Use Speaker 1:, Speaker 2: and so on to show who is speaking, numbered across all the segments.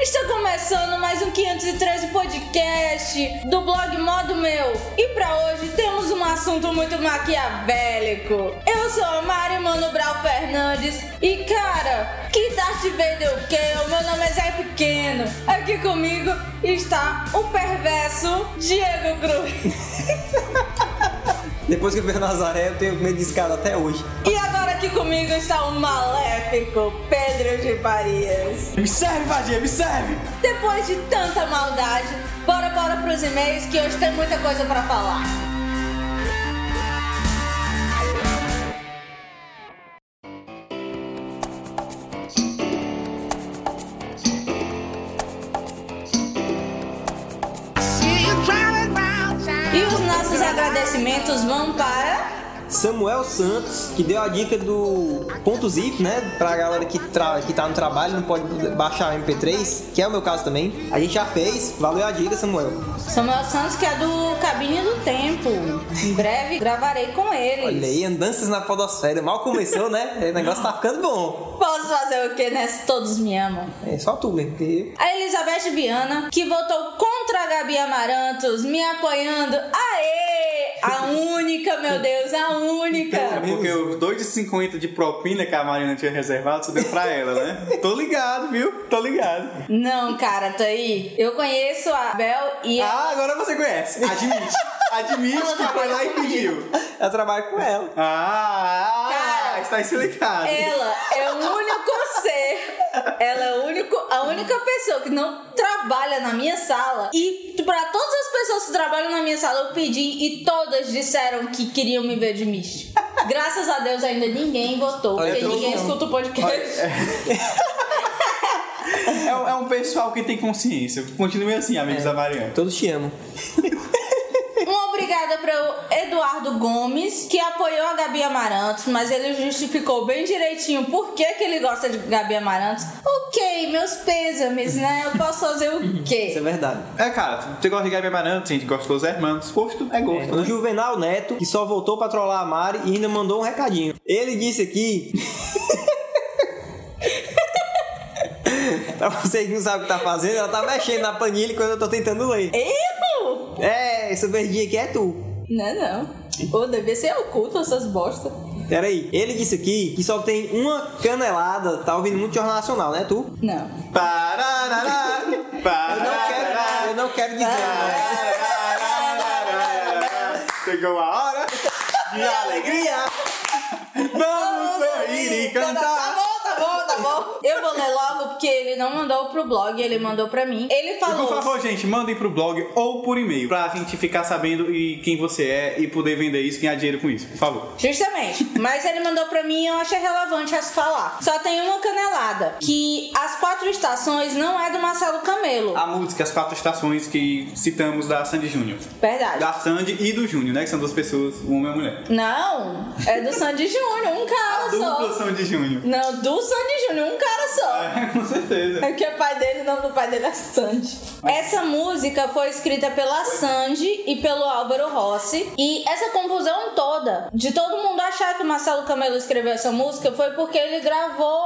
Speaker 1: Está começando mais um 513 podcast do blog Modo Meu. E pra hoje temos um assunto muito maquiavélico. Eu sou a Mari Mano Brau Fernandes e cara, que Darth Vader o quê? O meu nome é Zé Pequeno. Aqui comigo está o perverso Diego Cruz.
Speaker 2: Depois que eu vi a Nazaré, eu tenho medo de escada até hoje.
Speaker 1: e agora aqui comigo está o maléfico Pedro de Parias.
Speaker 2: Me serve, vadia, me serve!
Speaker 1: Depois de tanta maldade, bora bora pros e-mails que hoje tem muita coisa pra falar. E os nossos agradecimentos vão para
Speaker 2: Samuel Santos, que deu a dica do ponto zip, né? Pra galera que, tra que tá no trabalho, não pode baixar MP3, que é o meu caso também. A gente já fez, valeu a dica, Samuel.
Speaker 1: Samuel Santos, que é do Cabine do Tempo. Em breve gravarei com ele.
Speaker 2: Olha aí, andanças na podosfera. Mal começou, né? O negócio tá ficando bom.
Speaker 1: Posso fazer o que, né? Se todos me amam.
Speaker 2: É só tu, mesmo, porque
Speaker 1: A Elizabeth Viana, que votou contra a Gabi Amarantos, me apoiando. Aê! A única, meu Deus, a
Speaker 3: É
Speaker 1: única!
Speaker 3: porque os 2,50 de propina que a Marina tinha reservado, você deu pra ela, né? Tô ligado, viu? Tô ligado.
Speaker 1: Não, cara, tá aí. Eu conheço a Bel e a.
Speaker 3: Ah, agora você conhece. Admite. Admite que foi lá e pediu.
Speaker 2: eu trabalho com ela.
Speaker 3: Ah,
Speaker 1: Cara,
Speaker 3: ah está aí se ligado.
Speaker 1: Ela é o único ser. Ela é o único, a única pessoa que não trabalha na minha sala. E pra todas as pessoas que trabalham na minha sala, eu pedi e todas disseram que queriam me ver de Misty. Graças a Deus ainda ninguém votou,
Speaker 2: Olha,
Speaker 1: porque
Speaker 2: eu tô
Speaker 1: ninguém
Speaker 2: bom.
Speaker 1: escuta o podcast.
Speaker 3: É, um- é um pessoal que tem consciência. Continue assim, amigos da Mariana.
Speaker 2: Todos te amam.
Speaker 1: Uma Um obrigada para o Eduardo Gomes, que apoiou a Gabi Amarantos, mas ele justificou bem direitinho por que, que ele gosta de Gabi Amarantos. Ok, meus pêsames, né? Eu posso fazer o
Speaker 2: Isso é
Speaker 1: quê?
Speaker 2: verdade.
Speaker 3: É, cara, você gosta de Gabi Amaranto, gente gosta dos hermanos. Gosto é gosto,
Speaker 2: O
Speaker 3: né?
Speaker 2: Juvenal Neto, que só voltou pra trollar a Mari e ainda mandou um recadinho. Ele disse aqui. pra vocês que não sabem o que tá fazendo, ela tá mexendo na planilha quando eu tô tentando ler.
Speaker 1: Eu?
Speaker 2: É, essa verdinha aqui é tu.
Speaker 1: Não é não. Ou devia ser oculto essas bostas.
Speaker 2: Peraí, ele disse aqui que só tem uma canelada, tá ouvindo muito Jornal Nacional, né, tu?
Speaker 1: Não.
Speaker 3: É. Pararará,
Speaker 2: Eu não
Speaker 3: pararará.
Speaker 2: quero, eu não quero dizer. né?
Speaker 3: Ah, Pararará. Chegou a hora de alegria. Vamos sorrir e
Speaker 1: Tá
Speaker 3: cantar.
Speaker 1: bom, tá bom, tá bom. Eu vou ler logo porque ele não mandou pro blog, ele mandou pra mim. Ele
Speaker 3: E,
Speaker 1: falou.
Speaker 3: por favor, gente, mandem pro blog ou por e-mail pra gente ficar sabendo e quem você é e poder vender isso, ganhar dinheiro com isso, por favor.
Speaker 1: Justamente. Mas ele mandou pra mim e eu achei relevante as falar. Só tem uma canelada. Que As Quatro Estações não é do Marcelo Camelo.
Speaker 3: A música, as quatro estações que citamos da Sandy Júnior.
Speaker 1: Verdade.
Speaker 3: Da Sandy e do Júnior, né? Que são duas pessoas, uma é mulher.
Speaker 1: Não, é do Sandy Júnior, um
Speaker 3: A
Speaker 1: cara
Speaker 3: dupla
Speaker 1: só.
Speaker 3: Sandy Júnior.
Speaker 1: Não, do Sandy Júnior, um cara só.
Speaker 3: É, com certeza.
Speaker 1: É que é pai dele, o nome do pai dele é Sandy. Essa música foi escrita pela Sandy e pelo Álvaro Rossi. E essa confusão toda, de todo mundo achar que o Marcelo Camelo escreveu essa música, foi porque ele gravou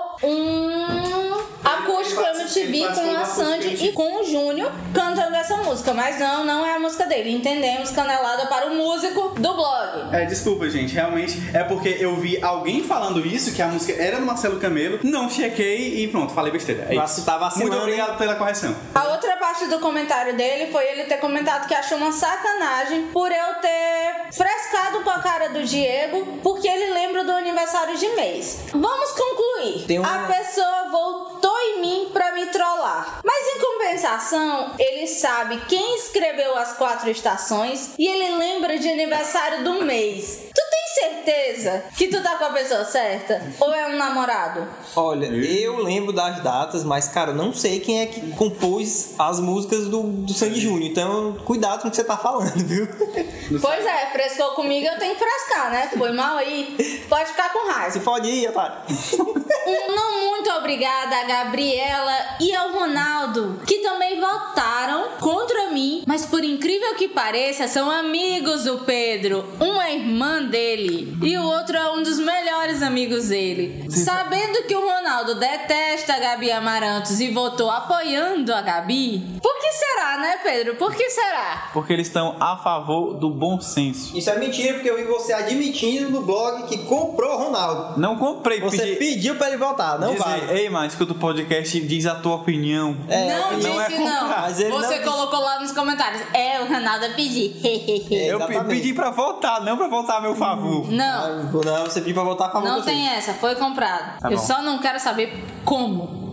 Speaker 1: um acústico
Speaker 3: ele participou-
Speaker 1: MTV
Speaker 3: ele
Speaker 1: com
Speaker 3: participou
Speaker 1: a
Speaker 3: do
Speaker 1: Sandy
Speaker 3: acústico
Speaker 1: e com o Júnior cantando essa música. Mas não, não é a música dele. Entendemos, canelada para o músico do blog.
Speaker 3: É, desculpa, gente. Realmente é porque eu vi alguém falando isso, que a música era do Marcelo Camelo, não chequei e pronto, falei besteira. É
Speaker 2: Mas
Speaker 3: isso.
Speaker 2: tu tá vacilando,
Speaker 3: Muito obrigado pela correção.
Speaker 1: A outra parte do comentário dele foi ele ter comentado que achou uma sacanagem por eu ter frescado com a cara do Diego, porque ele lembra do aniversário de mês. Vamos concluir.
Speaker 2: Tem uma-
Speaker 1: A pessoa voltou em mim pra me trollar. Mas em compensação, ele sabe quem escreveu as quatro estações e ele lembra de aniversário do mês. Tu tem certeza que tu tá com a pessoa certa? Ou é um namorado?
Speaker 2: Olha, eu lembro das datas, mas cara, não sei quem é que compôs as músicas do, do Sandy Júnior, então cuidado com o que você tá falando, viu?
Speaker 1: Pois é, frescou comigo, eu tenho que frescar, né? Foi mal aí. Pode ficar com
Speaker 2: Se
Speaker 1: raiva.
Speaker 2: pode ir, otário.
Speaker 1: Um não muito obrigada a Gabriela e ao Ronaldo, que também votaram contra mim, mas por incrível que pareça, são amigos do Pedro. Um é irmã dele e o outro é um dos melhores melhores amigos dele. Sabendo que o Ronaldo detesta a Gabi Amarantos e votou apoiando a Gabi, por que será, né, Pedro? Por que será?
Speaker 3: Porque eles estão a favor do bom senso.
Speaker 2: Isso é mentira, porque eu vi você admitindo no blog que comprou o Ronaldo.
Speaker 3: Não comprei,
Speaker 2: Você
Speaker 3: pedi-
Speaker 2: pediu pra ele voltar, não
Speaker 3: dizer,
Speaker 2: vai.
Speaker 3: Ei, mas escuta o podcast e diz a tua opinião.
Speaker 2: É,
Speaker 1: não
Speaker 2: não
Speaker 1: disse
Speaker 3: é
Speaker 1: não.
Speaker 3: comprar,
Speaker 2: mas ele
Speaker 1: Você
Speaker 2: não disse.
Speaker 1: colocou lá nos comentários. É, o Ronaldo pedir.
Speaker 2: É,
Speaker 3: eu pe-
Speaker 2: exatamente.
Speaker 3: pedi pra votar, não pra votar a meu favor.
Speaker 1: não.
Speaker 2: Ah, Não, você pediu pra voltar a favor
Speaker 1: Não
Speaker 2: do
Speaker 1: tem essa, foi comprado.
Speaker 3: Tá
Speaker 1: Eu
Speaker 3: bom.
Speaker 1: só não quero saber como.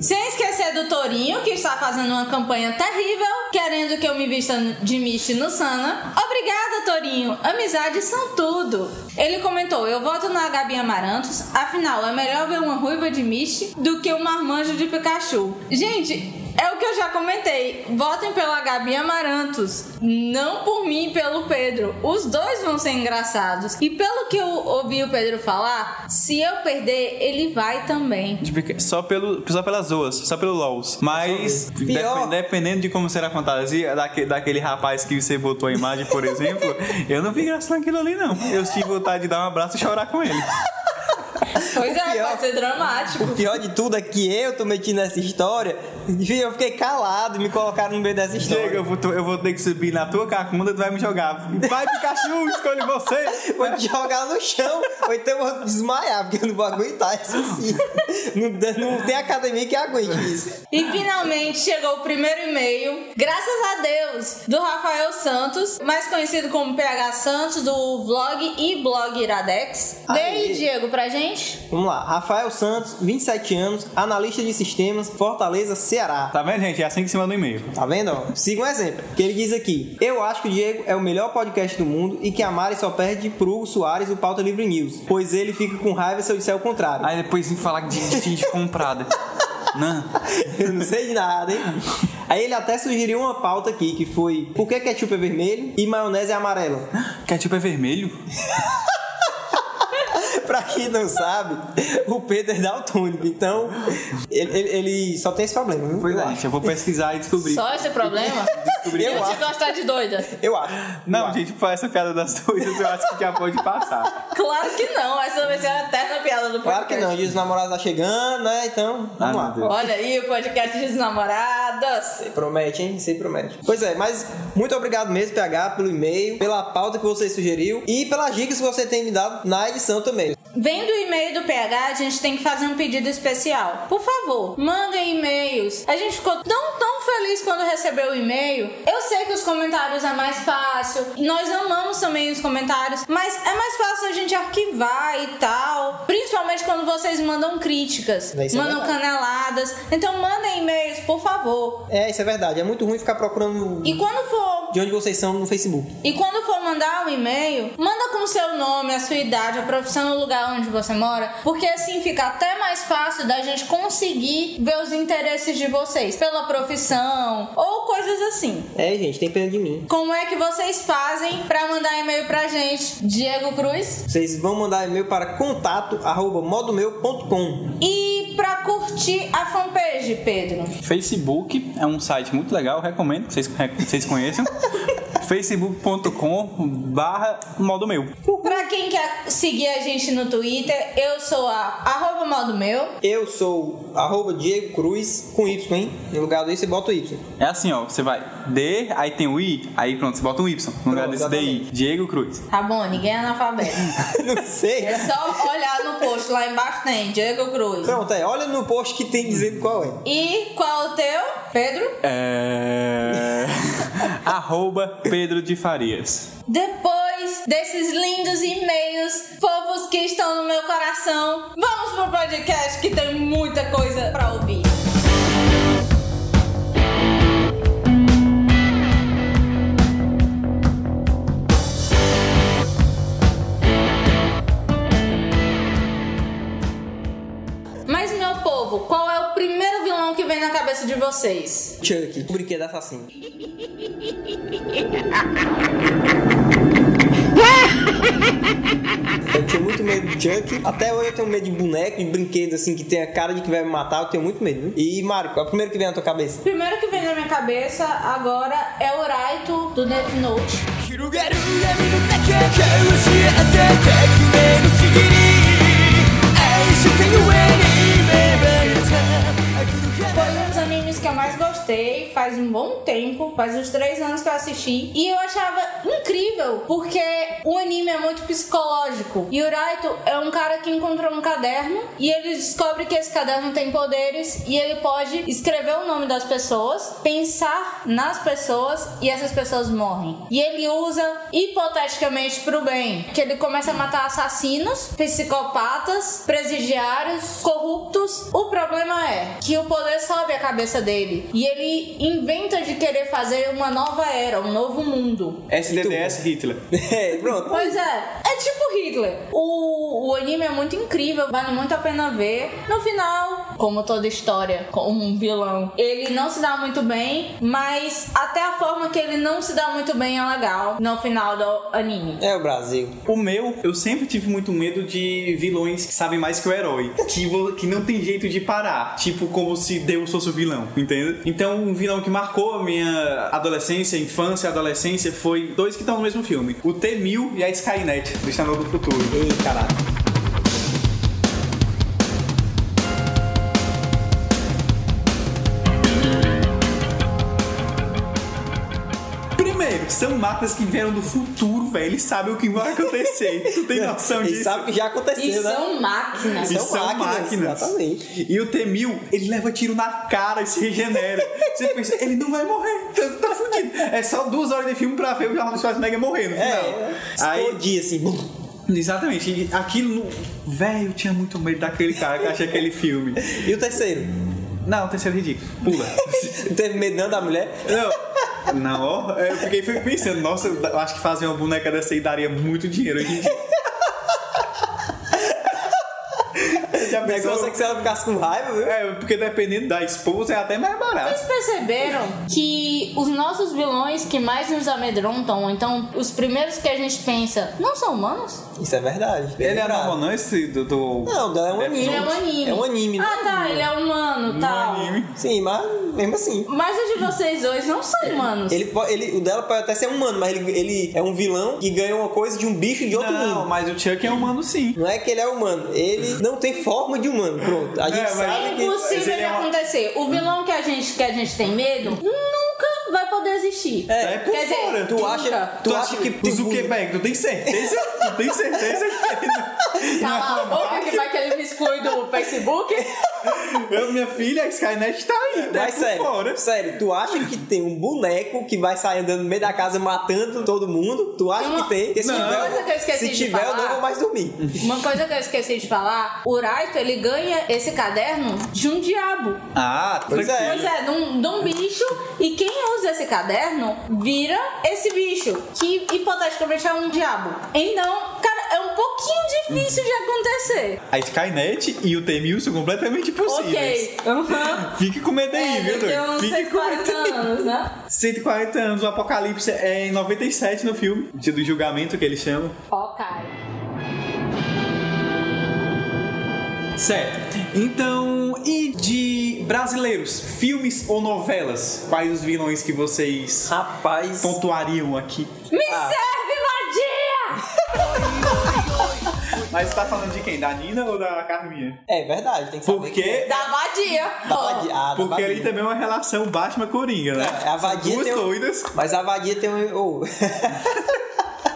Speaker 1: Sem esquecer do Torinho, que está fazendo uma campanha terrível, querendo que eu me vista de Misty no Sana. Obrigada, Torinho. Amizades são tudo. Ele comentou: Eu voto na Gabi Amarantos, afinal, é melhor ver uma ruiva de Misty do que um marmanjo de Pikachu. Gente. É o que eu já comentei. Votem pela Gabi Amarantos. Não por mim e pelo Pedro. Os dois vão ser engraçados. E pelo que eu ouvi o Pedro falar, se eu perder, ele vai também.
Speaker 3: De pica- Só, pelo, só pelas zoas, só pelo LOLs. Mas,
Speaker 2: mesmo.
Speaker 3: depe-
Speaker 2: Pior.
Speaker 3: dependendo de como será a fantasia daque- daquele rapaz que você botou a imagem, por exemplo, eu não vi graça naquilo ali, não. Eu tive vontade de dar um abraço e chorar com ele.
Speaker 1: Pois é,
Speaker 2: pior-
Speaker 1: pode ser dramático.
Speaker 2: O pior de tudo é que eu tô metido nessa história. Enfim, eu fiquei calado e me colocaram no meio dessa história.
Speaker 3: Chega, eu vou, eu vou ter que subir na tua cacunda, tu vai me jogar. Vai, Pikachu, escolhe você.
Speaker 2: Vou te jogar no chão, ou então eu vou desmaiar, porque eu não vou aguentar isso assim. Não, dá- não tem academia que aguente isso.
Speaker 1: E finalmente chegou o primeiro e-mail, graças a Deus, do Rafael Santos, mais conhecido como PH Santos, do vlog e blog Iradex. Dê aí,
Speaker 2: Aí.
Speaker 1: Diego, pra gente.
Speaker 2: Vamos lá, Rafael Santos, 27 anos, analista de sistemas, Fortaleza, Ceará.
Speaker 3: Tá vendo, gente? É assim que se manda um e-mail.
Speaker 2: Tá vendo? ó? Siga um exemplo, que ele diz aqui: Eu acho que o Diego é o melhor podcast do mundo e que a Mari só perde pro Hugo Soares o Pauta Livre News, pois ele fica com raiva se eu disser o contrário.
Speaker 3: Aí depois me falar de gente comprada. Não.
Speaker 2: Eu não sei de nada, hein? Aí ele até sugeriu uma pauta aqui que foi: Por que ketchup é vermelho e maionese é amarela?
Speaker 3: Ketchup é vermelho?
Speaker 2: pra quem não sabe, o Peter é daltônico, então ele, ele- ele só tem esse problema, viu?
Speaker 3: Pois
Speaker 2: eu
Speaker 3: é,
Speaker 2: acho.
Speaker 3: gente, eu vou pesquisar e descobrir.
Speaker 1: Só esse problema?
Speaker 3: Descobrir.
Speaker 1: Eu
Speaker 2: Eu
Speaker 1: te
Speaker 2: acho.
Speaker 1: gostar de doida.
Speaker 2: Eu acho.
Speaker 3: Não,
Speaker 2: Eu acho.
Speaker 3: gente, foi essa piada das coisas, eu acho que já pode passar.
Speaker 1: Claro que não, essa vai ser a eterna piada do podcast.
Speaker 2: Claro que não, o dia dos namorados tá chegando, né? Então, vamos
Speaker 3: Ah,
Speaker 2: lá.
Speaker 3: meu Deus.
Speaker 1: Olha aí o podcast dos namorados.
Speaker 2: Você promete, hein? Você promete. Pois é, mas muito obrigado mesmo, PH, pelo e-mail, pela pauta que você sugeriu e pelas dicas que você tem me dado na edição também.
Speaker 1: Vendo o e-mail do PH, a gente tem que fazer um pedido especial. Por favor, mandem e-mails. A gente ficou tão, tão feliz quando recebeu o e-mail. Eu sei que os comentários é mais fácil. Nós amamos também os comentários, mas é mais fácil a gente arquivar e tal. Principalmente quando vocês mandam críticas,
Speaker 2: Isso é
Speaker 1: mandam
Speaker 2: verdade.
Speaker 1: caneladas. Então mandem e-mails, por favor.
Speaker 2: É, isso é verdade. É muito ruim ficar procurando
Speaker 1: E quando for
Speaker 2: de onde vocês são no Facebook.
Speaker 1: e quando for mandar um e-mail, manda com o seu nome, a sua idade, a profissão, o lugar onde você mora, porque assim fica até mais fácil da gente conseguir ver os interesses de vocês pela profissão ou coisas assim.
Speaker 2: É, gente, tem pena de mim.
Speaker 1: Como é que vocês fazem pra mandar e-mail pra gente, Diego Cruz?
Speaker 2: Vocês vão mandar e-mail para contato@modomeu.com.
Speaker 1: E pra curtir a fanpage, Pedro?
Speaker 3: Facebook é um site muito legal, eu recomendo que vocês, que vocês conheçam. facebook.com barra modo meu.
Speaker 1: Pra quem quer seguir a gente no Twitter, eu sou a arroba modo meu.
Speaker 2: Eu sou arroba Diego Cruz com Y, hein? No lugar desse bota o Y.
Speaker 3: É assim, ó, você vai D, aí tem o I, aí pronto, você bota um Y no lugar
Speaker 2: Pronto,
Speaker 3: desse DI. Diego Cruz.
Speaker 1: Tá bom, ninguém é analfabeto.
Speaker 2: Não sei.
Speaker 1: É só olhar no post lá embaixo tem Diego Cruz.
Speaker 2: Pronto, aí, olha no post que tem dizendo qual é.
Speaker 1: E qual é o teu? Pedro?
Speaker 3: É... Arroba Pedro de Farias.
Speaker 1: Depois desses lindos e-mails fofos que estão no meu coração, vamos pro podcast que tem muita coisa pra ouvir. Mas, meu povo, qual é o primeiro vilão que vem na cabeça de vocês?
Speaker 2: Chuck, o brinquedo assassino. Eu tinha muito medo de Chuck. Até hoje eu tenho medo de boneco, de brinquedo assim, que tem a cara de que vai me matar. Eu tenho muito medo. viu? E, Mário, qual é o primeiro que vem na tua cabeça?
Speaker 1: Primeiro que vem na minha cabeça agora é o Raito do Death Note.
Speaker 4: 広がる闇の中
Speaker 1: Foi um dos animes que eu mais gostei, faz um bom tempo, faz uns três anos que eu assisti. E eu achava incrível, porque o anime é muito psicológico. E o Raito é um cara que encontrou um caderno e ele descobre que esse caderno tem poderes e ele pode escrever o nome das pessoas, pensar nas pessoas e essas pessoas morrem. E ele usa hipoteticamente pro bem, que ele começa a matar assassinos, psicopatas, presidiários, corruptos. O problema é que o poder sobe a cabeça dele e ele inventa de querer fazer uma nova era, um novo mundo.
Speaker 3: SDDS Hitler.
Speaker 2: É, pronto.
Speaker 1: Pois é, é tipo Hitler. O, o anime é muito incrível, vale muito a pena ver. No final, como toda história, como um vilão, ele não se dá muito bem, mas até a forma que ele não se dá muito bem é legal no final do anime.
Speaker 2: É o Brasil.
Speaker 3: O meu, eu sempre tive muito medo de vilões que sabem mais que o herói. Que, vo- que não tem jeito de parar. Tipo, como se Deus fosse o vilão, entende? Então, um vilão que marcou a minha adolescência, infância, adolescência, foi dois que estão no mesmo filme. O T-1000 e a Skynet, do Estado do Futuro.
Speaker 2: Ei, caralho.
Speaker 3: Primeiro, são máquinas que vieram do futuro, velho. Eles sabem o que vai acontecer. tu tem noção
Speaker 2: E
Speaker 3: disso?
Speaker 2: sabe o que já aconteceu,
Speaker 1: E
Speaker 2: né?
Speaker 1: são máquinas.
Speaker 3: E
Speaker 2: São máquinas, exatamente.
Speaker 3: E o T-1000, ele leva tiro na cara e se regenera. Você pensa, ele não vai morrer, tá, tá fudido. É só duas horas de filme pra ver o Arnold Schwarzenegger morrer no final.
Speaker 2: É,
Speaker 3: um Aí,
Speaker 2: explodir assim.
Speaker 3: exatamente, e aquilo... no- Velho, eu tinha muito medo daquele cara que eu achei aquele filme.
Speaker 2: E o terceiro?
Speaker 3: Não, o terceiro é ridículo. Pula.
Speaker 2: Não teve medo não da mulher?
Speaker 3: Não. Não, ó, eu fiquei fiquei pensando, nossa, eu acho que fazer uma boneca dessa aí daria muito dinheiro hoje em dia. Já
Speaker 2: O
Speaker 3: pensou?
Speaker 2: negócio é que se ela ficasse com raiva, viu?
Speaker 3: É, porque dependendo da esposa é até mais barato.
Speaker 1: Vocês perceberam que os nossos vilões que mais nos amedrontam, ou então os primeiros que a gente pensa, não são humanos?
Speaker 2: Isso é verdade.
Speaker 3: Ele é normal,
Speaker 2: normal,
Speaker 3: não esse do. do...
Speaker 2: Não, ela é um anime.
Speaker 1: Ele é um anime.
Speaker 2: É um anime,
Speaker 1: Ah,
Speaker 2: não é
Speaker 1: tá, ele é humano,
Speaker 3: no
Speaker 1: tal.
Speaker 3: anime.
Speaker 2: Sim, mas mesmo assim.
Speaker 1: Mas os de vocês dois não são
Speaker 2: É,
Speaker 1: humanos.
Speaker 2: Ele, po- ele, o dela pode até ser humano, mas ele, ele é um vilão que ganha uma coisa de um bicho de outro
Speaker 3: Não,
Speaker 2: mundo.
Speaker 3: mas o Chuck é humano sim.
Speaker 2: Não é que ele é humano, ele não tem forma de humano. Pronto, a gente
Speaker 3: mas-
Speaker 2: sabe
Speaker 1: É
Speaker 2: que.
Speaker 3: Mas
Speaker 1: impossível
Speaker 3: ele
Speaker 1: de
Speaker 3: é uma-
Speaker 1: acontecer. O vilão que a gente, que a gente tem medo nunca vai poder existir.
Speaker 2: É,
Speaker 3: É por
Speaker 1: Quer dizer,
Speaker 3: fora.
Speaker 2: tu
Speaker 1: nunca.
Speaker 2: acha, tipo,
Speaker 3: Tu acha que o Zuckerberg, tu tem certeza? tu tem certeza que ele não-
Speaker 1: Cala a boca que Tá vai que ele me exclui do Facebook.
Speaker 3: Eu, minha filha, a Skynet tá aí, tá
Speaker 2: Mas
Speaker 3: por
Speaker 2: sério,
Speaker 3: fora.
Speaker 2: sério, tu acha que tem um boneco que vai sair andando no meio da casa matando todo mundo? Tu acha
Speaker 1: Não.
Speaker 2: que tem? Porque se
Speaker 3: Não.
Speaker 1: Coisa que eu
Speaker 2: tiver,
Speaker 1: esqueci
Speaker 2: se
Speaker 1: de
Speaker 2: tiver eu não
Speaker 1: falar.
Speaker 2: vou mais dormir.
Speaker 1: Uma coisa que eu esqueci de falar, o Raito, ele ganha esse caderno de um diabo.
Speaker 3: Ah,
Speaker 2: Pois é.
Speaker 1: Pois é, de um, de um bicho. E quem usa esse caderno vira esse bicho, que hipoteticamente é um diabo. Então, cara, é um pouquinho difícil de acontecer.
Speaker 3: A Skynet e o T-1000 são completamente possíveis.
Speaker 1: Ok. Aham.
Speaker 3: Fique com medo aí,
Speaker 1: É,
Speaker 3: viu,
Speaker 1: daqui a
Speaker 3: doido?
Speaker 1: uns
Speaker 3: Fique com medo.
Speaker 1: 140 anos, né?
Speaker 3: 140 anos, o Apocalipse é em 97 no filme, dia do julgamento que ele chama.
Speaker 1: Ok.
Speaker 3: Certo. Então, e de brasileiros, filmes ou novelas? Quais os vilões que vocês
Speaker 2: Rapaz.
Speaker 3: pontuariam aqui?
Speaker 1: Me
Speaker 2: Ah.
Speaker 1: serve, vadia!
Speaker 3: Mas tá falando de quem? Da Nina ou da Carminha?
Speaker 2: É verdade, tem que saber.
Speaker 3: Porque.
Speaker 1: Da vadia!
Speaker 2: Da
Speaker 1: Ó,
Speaker 2: vadia, ah, é? da
Speaker 3: Porque
Speaker 2: vadia.
Speaker 3: ali também é uma relação Batman-Coringa, né?
Speaker 2: É, a vadia
Speaker 3: Duas
Speaker 2: tem um-
Speaker 3: doidas.
Speaker 2: Mas a vadia tem um. oh.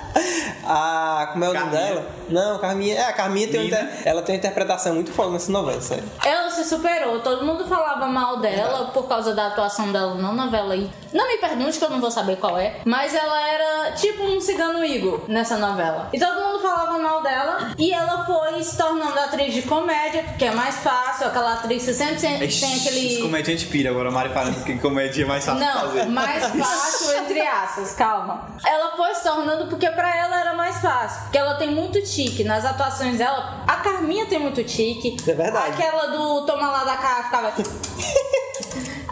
Speaker 2: a. Como é o nome
Speaker 3: Carminha.
Speaker 2: dela? Não, Carminha. É, a Carminha tem, uma
Speaker 3: Nina.
Speaker 2: inter- ela tem uma interpretação muito foda nessa novela, sério.
Speaker 1: Ela se superou, todo mundo falava mal dela por causa da atuação dela na novela. E não me pergunte que eu não vou saber qual é, mas ela era tipo um cigano Igor nessa novela. E todo mundo falava mal dela e ela foi se tornando atriz de comédia, porque é mais fácil, aquela atriz que sempre tem, tem
Speaker 3: Os
Speaker 1: aquele.
Speaker 3: comediantes é pira agora, a Mari falando que comédia é mais fácil de fazer.
Speaker 1: Não, mais fácil entre aspas, calma. Ela foi se tornando porque pra ela era mais fácil. Porque ela tem muito tique nas atuações dela. A Carminha tem muito tique.
Speaker 2: É verdade.
Speaker 1: Aquela do Toma lá da cá ficava. tipo,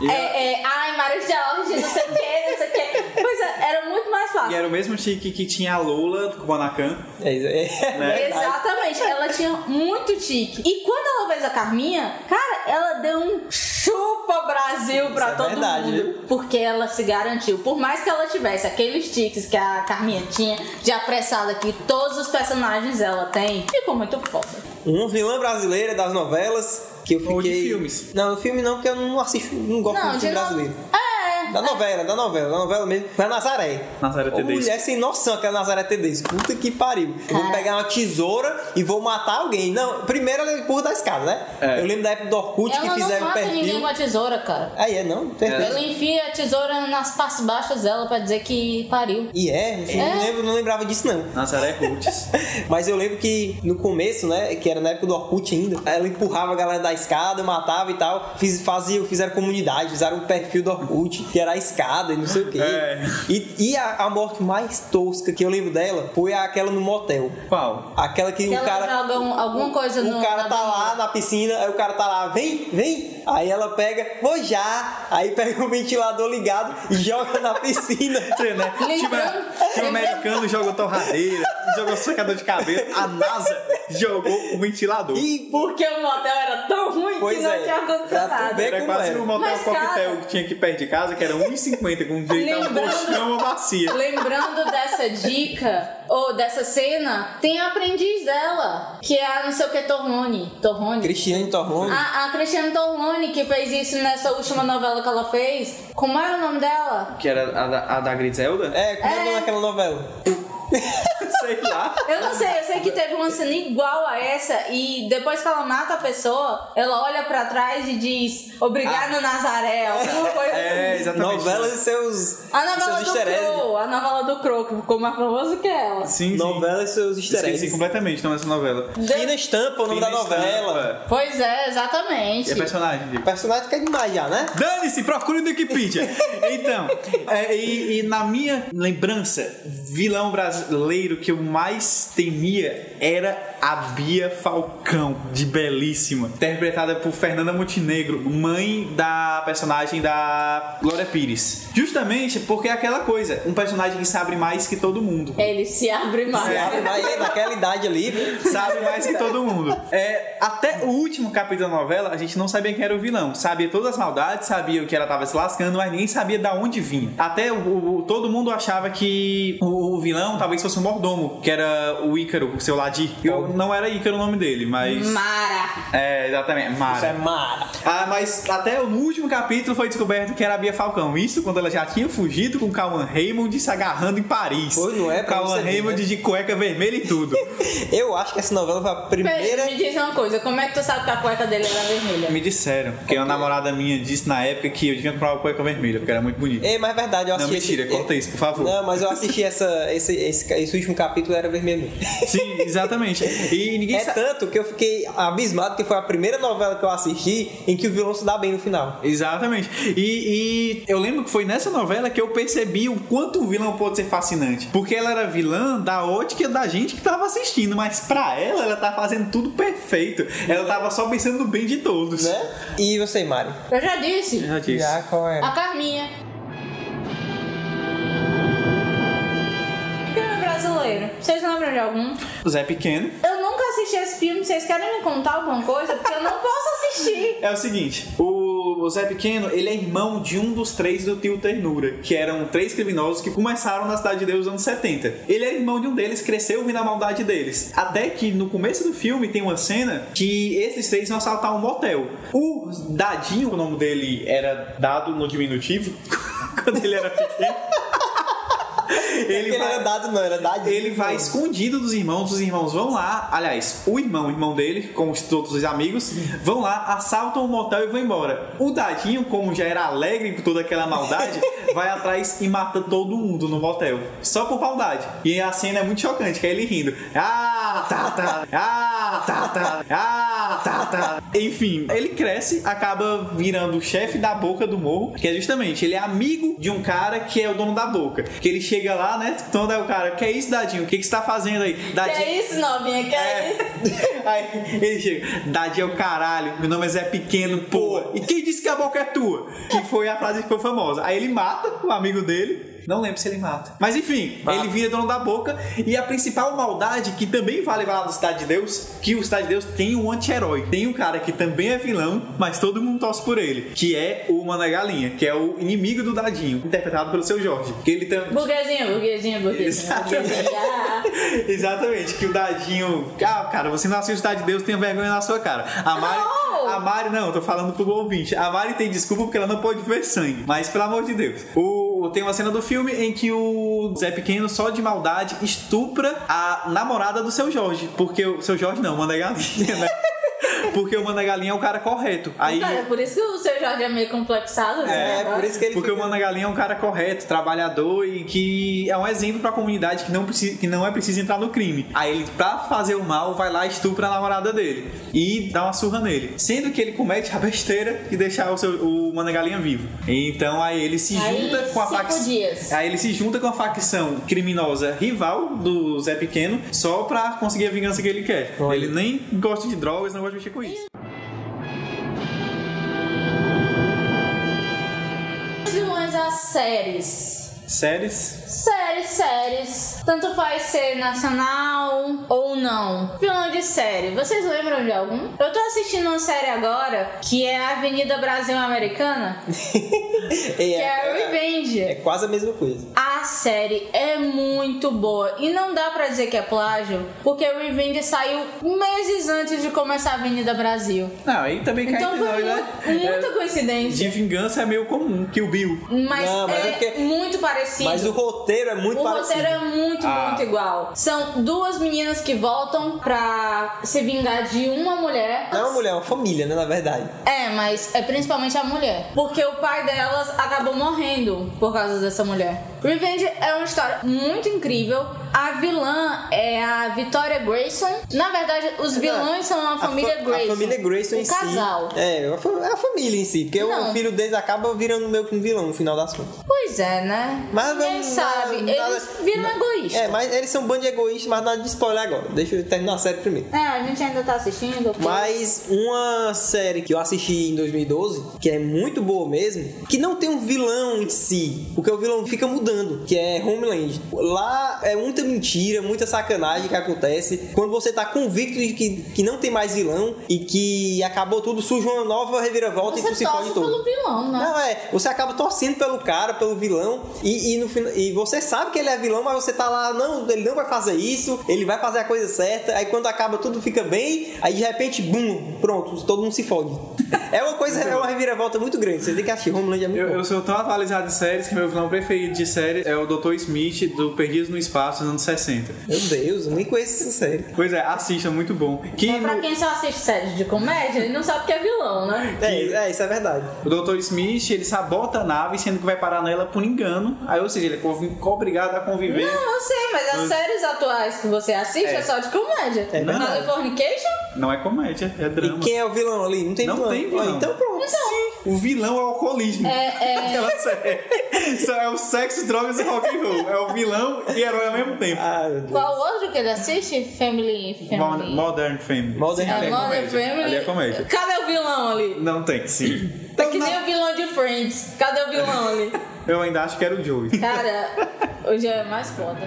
Speaker 1: É, é, ai, Mário Jorge, não sei o que, não sei o que. Pois é, era muito mais
Speaker 3: E
Speaker 1: fácil.
Speaker 3: era o mesmo chique que tinha a Lola com o Anacan.
Speaker 2: É, isso- é,
Speaker 3: Né?
Speaker 1: Exatamente, ela tinha muito tique. E quando ela fez a Carminha, cara, ela deu um Chupa Brasil pra
Speaker 2: Isso é
Speaker 1: todo
Speaker 2: verdade,
Speaker 1: mundo.
Speaker 2: viu?
Speaker 1: Porque ela se garantiu. Por mais que ela tivesse aqueles tiques que a Carminha tinha de apressada que todos os personagens ela tem, ficou muito foda.
Speaker 2: Uma vilã brasileira das novelas que eu fiquei.
Speaker 5: Ou de filmes.
Speaker 2: Não, filme não, porque eu não assisto, não gosto muito de filme
Speaker 1: no-
Speaker 2: brasileiro.
Speaker 1: É.
Speaker 2: Da novela, da novela, da novela mesmo. Da Nazaré.
Speaker 3: Nazaré
Speaker 2: Ô,
Speaker 3: Tedesco.
Speaker 2: Mulher sem noção, aquela Nazaré Tedesco. Puta que pariu. Eu vou
Speaker 1: Cara.
Speaker 2: pegar uma tesoura e vou matar alguém. Não, primeiro ela empurra da escada, né?
Speaker 3: É.
Speaker 2: Eu lembro da época do Orkut que
Speaker 1: Ela não
Speaker 2: fizeram o
Speaker 1: mata ninguém
Speaker 2: perfil.
Speaker 1: com a tesoura, cara.
Speaker 2: Aí é, não? Certeza.
Speaker 1: Ela enfia a tesoura nas partes baixas dela pra dizer que pariu.
Speaker 2: E é,
Speaker 1: É.
Speaker 2: Não, lembro, não lembrava disso não.
Speaker 3: Nazaré Roots.
Speaker 2: Mas eu lembro que no começo, né, que era na época do Orkut ainda, ela empurrava a galera da escada, matava e tal. Fiz, fazia, fizeram comunidade, usaram o perfil do Orkut, que era a escada e não sei o quê.
Speaker 3: É.
Speaker 2: E, e a, a morte mais tosca que eu lembro dela foi aquela no motel.
Speaker 3: Qual?
Speaker 2: Aquela que,
Speaker 1: Que
Speaker 2: o
Speaker 1: ela
Speaker 2: cara.
Speaker 1: joga um- alguma coisa
Speaker 2: o
Speaker 1: no.
Speaker 2: cara
Speaker 1: na
Speaker 2: tá
Speaker 1: banheira.
Speaker 2: lá na piscina, aí o cara tá lá, vem, vem. Aí ela pega, vou já. Aí pega o ventilador ligado e joga na piscina.
Speaker 3: Sei, né?
Speaker 1: Lembrando-
Speaker 3: Tipo, tipo, o americano jogou torradeira, jogou secador de cabelo, a NASA jogou o ventilador.
Speaker 2: E
Speaker 1: Porque o motel era tão ruim
Speaker 2: Pois
Speaker 1: que não
Speaker 2: é.
Speaker 1: tinha
Speaker 2: Pra
Speaker 1: acontecido
Speaker 2: tu
Speaker 1: nada.
Speaker 2: ver
Speaker 3: Era
Speaker 2: como é.
Speaker 3: quase
Speaker 2: era.
Speaker 3: um motel
Speaker 1: Mas, cara-
Speaker 3: coquetel que tinha aqui perto de casa, que era 1,50 com direito a um
Speaker 1: Lembrando-
Speaker 3: colchão uma bacia.
Speaker 1: Lembrando dessa dica, ou dessa cena, tem a aprendiz dela, que é a não sei o que Torrone. Torrone.
Speaker 2: Cristiane Torrone.
Speaker 1: A, a Cristiane Torrone, que fez isso nessa última novela que ela fez. Como era o nome dela?
Speaker 3: Que era a da, a da Griselda?
Speaker 2: É, como é o nome
Speaker 1: É.
Speaker 2: daquela novela?
Speaker 3: Sei lá.
Speaker 1: Eu não sei, eu sei que teve uma cena igual a essa, e depois que ela mata a pessoa, ela olha pra trás e diz:
Speaker 2: Ah.
Speaker 1: Obrigado, Nazaré. Alguma coisa
Speaker 3: É,
Speaker 1: assim.
Speaker 3: exatamente.
Speaker 2: Novela e seus,
Speaker 1: A novela
Speaker 2: seus
Speaker 1: do
Speaker 2: easter eggs.
Speaker 1: Crow, a novela do Crow, que ficou mais famoso que ela.
Speaker 3: Sim, sim.
Speaker 2: Novela e seus easter
Speaker 3: Esqueci
Speaker 2: eggs.
Speaker 3: completamente o nome dessa novela.
Speaker 2: Fina estampa o nome da
Speaker 3: Fina
Speaker 2: novela.
Speaker 3: Estampa.
Speaker 1: Pois é, exatamente.
Speaker 3: E a personagem, tipo, digo.
Speaker 2: Personagem que é demais já, né?
Speaker 3: Dane-se, procure no Wikipedia. Então, é, e, e na minha lembrança, vilão brasileiro que eu mais temia era a Bia Falcão, de Belíssima, interpretada por Fernanda Montenegro, mãe da personagem da Glória Pires. Justamente porque é aquela coisa, um personagem que se abre mais que todo mundo.
Speaker 1: Ele se abre mais.
Speaker 2: Mas naquela é idade ali, viu?
Speaker 3: Sabe mais que todo mundo. É, até o último capítulo da novela, a gente não sabia quem era o vilão. Sabia todas as maldades, sabia o que ela tava se lascando, mas ninguém sabia da onde vinha. Até o, o- o- todo mundo achava que o, o vilão talvez fosse um mordomo, que era o Ícaro, o seu Ladir. Eu, não era Ícaro o nome dele, mas.
Speaker 1: Mara.
Speaker 3: É, exatamente.
Speaker 2: Isso é
Speaker 3: Mara.
Speaker 2: mara.
Speaker 3: Ah, mas até o último capítulo foi descoberto que era a Bia Falcão. Isso quando ela já tinha fugido com o Cauan Raymond se agarrando em Paris.
Speaker 2: Foi, não é? Pra
Speaker 3: Cauan
Speaker 2: você ver,
Speaker 3: Raymond
Speaker 2: né?
Speaker 3: de cueca vermelha e tudo.
Speaker 2: Eu acho que essa novela foi a primeira.
Speaker 1: Peraí, me diz uma coisa, como é que tu sabe que a cueca dele era vermelha?
Speaker 3: Me disseram, porque uma namorada minha disse na época que eu devia comprar uma cueca vermelha, porque era muito bonita.
Speaker 2: Ei, mas é verdade, eu
Speaker 3: Não,
Speaker 2: assisti.
Speaker 3: mentira,
Speaker 2: esse-
Speaker 3: corta isso, por favor.
Speaker 2: Não, mas eu assisti essa, esse, esse, esse último capítulo era vermelho.
Speaker 3: Sim, exatamente. E ninguém
Speaker 2: É
Speaker 3: sabe.
Speaker 2: tanto que eu fiquei abismado que foi a primeira novela que eu assisti em que o vilão se dá bem no final.
Speaker 3: Exatamente. E, e eu lembro que foi nessa novela que eu percebi o quanto o vilão pode ser fascinante. Porque ela era vilã da ótica da gente que tava assistindo, mas pra ela, ela tá fazendo tudo perfeito. Ela tava só pensando no bem de todos.
Speaker 2: Né? E você, Mari?
Speaker 1: Eu já disse.
Speaker 3: Já disse.
Speaker 2: Já, qual é?
Speaker 1: A Carminha. Filme brasileiro. Vocês lembram de algum?
Speaker 3: O Zé Pequeno.
Speaker 1: Eu nunca assisti esse filme, vocês querem me contar alguma coisa? Porque eu não posso assistir.
Speaker 3: É o seguinte, o, o Zé Pequeno, ele é irmão de um dos três do Tio Ternura, que eram três criminosos que começaram na Cidade de Deus nos anos 70. Ele é irmão de um deles, cresceu vindo a maldade deles. Até que no começo do filme tem uma cena que esses três vão assaltar um motel. O Dadinho, o nome dele era dado no diminutivo, quando ele era pequeno.
Speaker 2: É Ele
Speaker 3: vai-
Speaker 2: era dado, não, era dado.
Speaker 3: ele vai escondido dos irmãos, os irmãos vão lá, aliás, o irmão, o irmão dele, com os todos os amigos, vão lá, assaltam o motel e vão embora. O Dadinho, como já era alegre com toda aquela maldade, vai atrás e mata todo mundo no motel. Só por maldade. E a cena é muito chocante, que é ele rindo. Ah, tá, tá. Ah, tá, tá. Ah, tá, tá. Enfim, ele cresce, acaba virando o chefe da boca do morro, que é justamente, ele é amigo de um cara que é o dono da boca. Que ele chega lá, né? Então daí o cara, que é isso, Dadinho? O que, que você tá fazendo aí?
Speaker 1: Que
Speaker 3: Dadinho.
Speaker 1: é isso, novinha? Que é, isso?
Speaker 3: Aí ele chega, Dadinho é o caralho, meu nome é Zé Pequeno, porra. E quem disse que a boca é tua? Que foi a frase que ficou famosa. Aí ele mata o amigo dele. Não lembro se ele mata. Mas enfim,
Speaker 2: Mata.
Speaker 3: ele vira dono da boca. E a principal maldade, que também vale falar do Cidade de Deus, que o Cidade de Deus tem um anti-herói. Tem um cara que também é vilão, mas todo mundo torce por ele. Que é o Mané Galinha, que é o inimigo do Dadinho, interpretado pelo seu Jorge. Que ele também.
Speaker 1: Burguesinha, burguesinha, burguesinha,
Speaker 3: Exatamente.
Speaker 1: burguesinha.
Speaker 3: Exatamente, que o dadinho. Ah, cara, você não assiste o Cidade de Deus, tenha vergonha na sua cara. A Mari.
Speaker 1: Não!
Speaker 3: A Mari, não, tô falando pro ouvinte. A Mari tem desculpa porque ela não pode ver sangue. Mas pelo amor de Deus. O, tem uma cena do filme em que o Zé Pequeno, só de maldade, estupra a namorada do seu Jorge. Porque o seu Jorge não, manda galinha, né? Porque o Manda Galinha é o cara correto. Aí,
Speaker 1: Cara, por isso que o seu Jorge é meio complexado, né?
Speaker 2: É, por isso que ele
Speaker 3: porque o Manda Galinha é um cara correto, trabalhador e que é um exemplo pra comunidade que não, precisa, que não é preciso entrar no crime. Aí ele, pra fazer o mal, vai lá e estupra a namorada dele e dá uma surra nele. Sendo que ele comete a besteira de deixar o, seu, o Manda Galinha vivo. Então aí ele se
Speaker 1: Aí,
Speaker 3: junta com a
Speaker 1: cinco dias.
Speaker 3: facção. Aí ele se junta com a facção criminosa rival do Zé Pequeno só pra conseguir a vingança que ele quer.
Speaker 2: Olha.
Speaker 3: Ele nem gosta de drogas, não gosta de mexer com isso.
Speaker 1: Os vilões às séries.
Speaker 3: Séries?
Speaker 1: Séries, séries. Tanto faz ser nacional ou não. Vilão de série. Vocês lembram de algum? Eu tô assistindo uma série agora que é a Avenida Brasil Americana, que é a
Speaker 2: é,
Speaker 1: Revenge.
Speaker 2: é quase a mesma coisa.
Speaker 1: A série é muito boa e não dá pra dizer que é plágio, porque Revenge saiu meses antes de começar a Avenida Brasil.
Speaker 3: Não, aí também cai
Speaker 1: Então
Speaker 3: entre
Speaker 1: foi
Speaker 3: nós, né?
Speaker 1: mu- muita
Speaker 3: É,
Speaker 1: coincidência.
Speaker 3: De vingança é meio comum, que o Bill.
Speaker 1: Mas,
Speaker 2: Não, mas
Speaker 1: é,
Speaker 2: é porque-
Speaker 1: muito parecido.
Speaker 2: Mas o roteiro é muito
Speaker 1: o
Speaker 2: parecido.
Speaker 1: roteiro é muito,
Speaker 3: Ah.
Speaker 1: muito igual. São duas meninas que voltam pra se vingar de uma mulher.
Speaker 2: Não é uma mulher, é uma família, né, na verdade.
Speaker 1: É, mas é principalmente a mulher. Porque o pai delas acabou morrendo por causa dessa mulher. Revenge é uma história muito incrível. A vilã é a Victoria Grayson. Na verdade, os vilões são a família
Speaker 2: fa-
Speaker 1: Grayson.
Speaker 2: A família Grayson
Speaker 1: o
Speaker 2: em
Speaker 1: casal.
Speaker 2: si. É, a fa- é a família em si. Porque
Speaker 1: Não.
Speaker 2: o filho deles acaba virando meio que um vilão no final das contas.
Speaker 1: Pois é, né?
Speaker 2: Mas
Speaker 1: Ninguém
Speaker 2: vamos-
Speaker 1: sabe.
Speaker 2: nada-
Speaker 1: Eles viram egoístas.
Speaker 2: É, mas eles são um bando de egoístas, mas nada de spoiler agora. Deixa eu terminar a série primeiro.
Speaker 1: É, a gente ainda tá assistindo.
Speaker 2: Mas uma série que eu assisti em 2012, que é muito boa mesmo, que não tem um vilão em si, porque o vilão fica mudando, que é Homeland. Lá é muita mentira, muita sacanagem que acontece. Quando você tá convicto de que, que não tem mais vilão e que acabou tudo, surge uma nova reviravolta e tu
Speaker 1: Você
Speaker 2: se fode
Speaker 1: torce
Speaker 2: todo.
Speaker 1: pelo vilão, né?
Speaker 2: Não, é, você acaba torcendo pelo cara, pelo vilão, e, e no final- e você sabe que ele é vilão, mas você tá lá, não, ele não vai fazer isso, ele vai fazer a coisa certa, aí quando acaba tudo fica bem, aí de repente, bum, pronto, todo mundo se fode. É uma coisa, é uma reviravolta muito grande, você tem que assistir, Homeland é muito
Speaker 3: Eu,
Speaker 2: bom.
Speaker 3: eu sou tão atualizado de séries que meu vilão preferido de série é o Dr. Smith do Perdidos no Espaço dos anos 60.
Speaker 2: Meu Deus, eu nem conheço essa série.
Speaker 3: Pois é, assista, muito bom. Que
Speaker 1: É pra
Speaker 3: no-
Speaker 1: quem só assiste séries de comédia, ele não sabe que é vilão, né?
Speaker 2: É, é, isso é verdade.
Speaker 3: o Dr. Smith ele sabota a nave, sendo que vai parar nela por engano. Aí, ou seja, ele é conv- obrigado a conviver.
Speaker 1: Não, eu sei, mas as séries atuais que você assiste é,
Speaker 3: É.
Speaker 1: só de comédia.
Speaker 2: É verdade.
Speaker 1: Californication?
Speaker 3: Não, é comédia, é
Speaker 2: E
Speaker 3: drama.
Speaker 2: quem é o vilão ali? Não tem
Speaker 3: Não
Speaker 2: vilão.
Speaker 3: tem vilão.
Speaker 2: Ó, Então pronto.
Speaker 3: O vilão é o alcoolismo.
Speaker 1: É, é.
Speaker 3: Aquela série. Só é o sexo, drogas e rock and roll. É o vilão e herói ao mesmo tempo.
Speaker 2: Ah, meu Deus.
Speaker 1: Qual outro que ele assiste? Family.
Speaker 3: Mo-
Speaker 1: Family.
Speaker 3: Modern Family.
Speaker 2: Modern
Speaker 3: Sim,
Speaker 1: É,
Speaker 3: ali
Speaker 1: Modern
Speaker 3: comédia.
Speaker 1: Family.
Speaker 3: Ali é comédia.
Speaker 1: Cadê o vilão ali?
Speaker 3: Não tem, sim.
Speaker 1: é que nem o vilão de Friends. Cadê o vilão ali?
Speaker 3: Eu ainda acho que era o Joey.
Speaker 1: Cara, hoje é mais foda.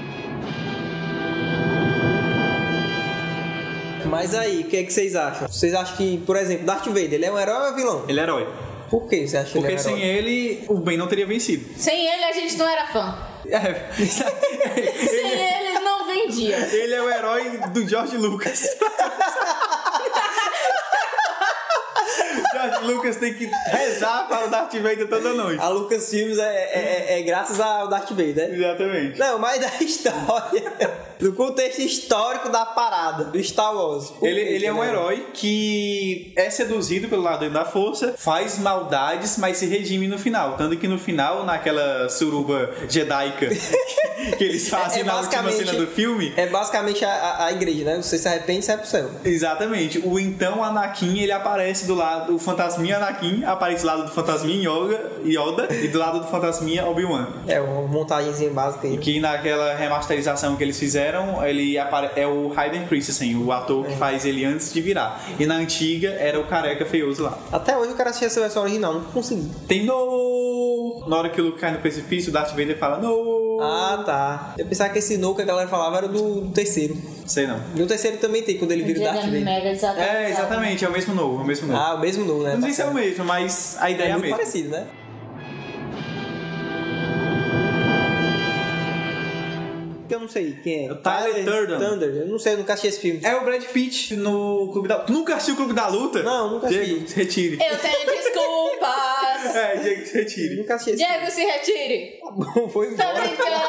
Speaker 2: Mas aí, o que é que vocês acham? Vocês acham que, por exemplo, Darth Vader, ele é um herói ou é um vilão?
Speaker 3: Ele é herói.
Speaker 2: Por que você acha que ele é
Speaker 3: Porque assim,
Speaker 2: um
Speaker 3: sem
Speaker 2: herói?
Speaker 3: ele, o bem não teria vencido.
Speaker 1: Sem ele a gente não era fã.
Speaker 3: É.
Speaker 1: Sem ele não vendia.
Speaker 3: Ele é o herói do George Lucas. George Lucas tem que rezar para o Darth Vader toda noite.
Speaker 2: A Lucas Filmes é, é- é- é graças ao Darth Vader, né?
Speaker 3: Exatamente.
Speaker 2: Não, mas da história, do contexto histórico da parada, do Star Wars. Por
Speaker 3: Ele,
Speaker 2: que
Speaker 3: ele é um
Speaker 2: né?
Speaker 3: herói que é seduzido pelo lado da força, faz maldades, mas se redime no final. Tanto que no final, naquela suruba jedaica que eles
Speaker 2: É- é
Speaker 3: fazem Assim, na última
Speaker 2: basicamente-
Speaker 3: cena do filme.
Speaker 2: É basicamente a, a- a igreja, né? Você se arrepende e sai pro céu.
Speaker 3: Exatamente. O então Anakin, ele aparece do lado, o fantasminha Anakin aparece do lado do fantasminha Yoga, Yoda e do lado do fantasminha Obi-Wan.
Speaker 2: É uma montagenzinha básica aí.
Speaker 3: Que naquela remasterização que eles fizeram, ele apare- é o Hayden Christensen, o ator
Speaker 2: É.
Speaker 3: que faz ele antes de virar. E na antiga era o careca feioso lá.
Speaker 2: Até hoje eu quero assistir essa versão original, não consegui.
Speaker 3: Tem no no. Na hora que o Luke cai no precipício, o Darth Vader fala, no.
Speaker 2: Ah, tá. Eu pensava que esse no que a galera falava era do, do terceiro.
Speaker 3: Sei não.
Speaker 2: E o terceiro também tem, quando ele vira o
Speaker 1: Jedi
Speaker 2: Darth Vader.
Speaker 1: Mega desatualizado.
Speaker 3: É, exatamente, é o mesmo novo, é o mesmo novo.
Speaker 2: Ah, o mesmo no, né?
Speaker 3: não sei se é o
Speaker 2: Tá certo.
Speaker 3: mesmo, mas a ideia é
Speaker 2: É
Speaker 3: a
Speaker 2: muito
Speaker 3: mesma.
Speaker 2: parecido, né? Eu não sei quem é.
Speaker 3: O Tyler Durden.
Speaker 2: Thunder. Eu não sei, eu nunca assisti esse filme.
Speaker 3: É o Brad Pitt no Clube da Tu nunca assistiu o Clube da Luta?
Speaker 2: Não, nunca
Speaker 3: Diego,
Speaker 2: assisti.
Speaker 3: retire.
Speaker 1: Eu tenho desculpas.
Speaker 3: É, Diego,
Speaker 2: Eu
Speaker 3: retire.
Speaker 2: nunca assisti esse
Speaker 1: Diego, se retire.
Speaker 2: filme. Foi
Speaker 3: Tá
Speaker 1: Tô
Speaker 2: embora.
Speaker 1: brincando.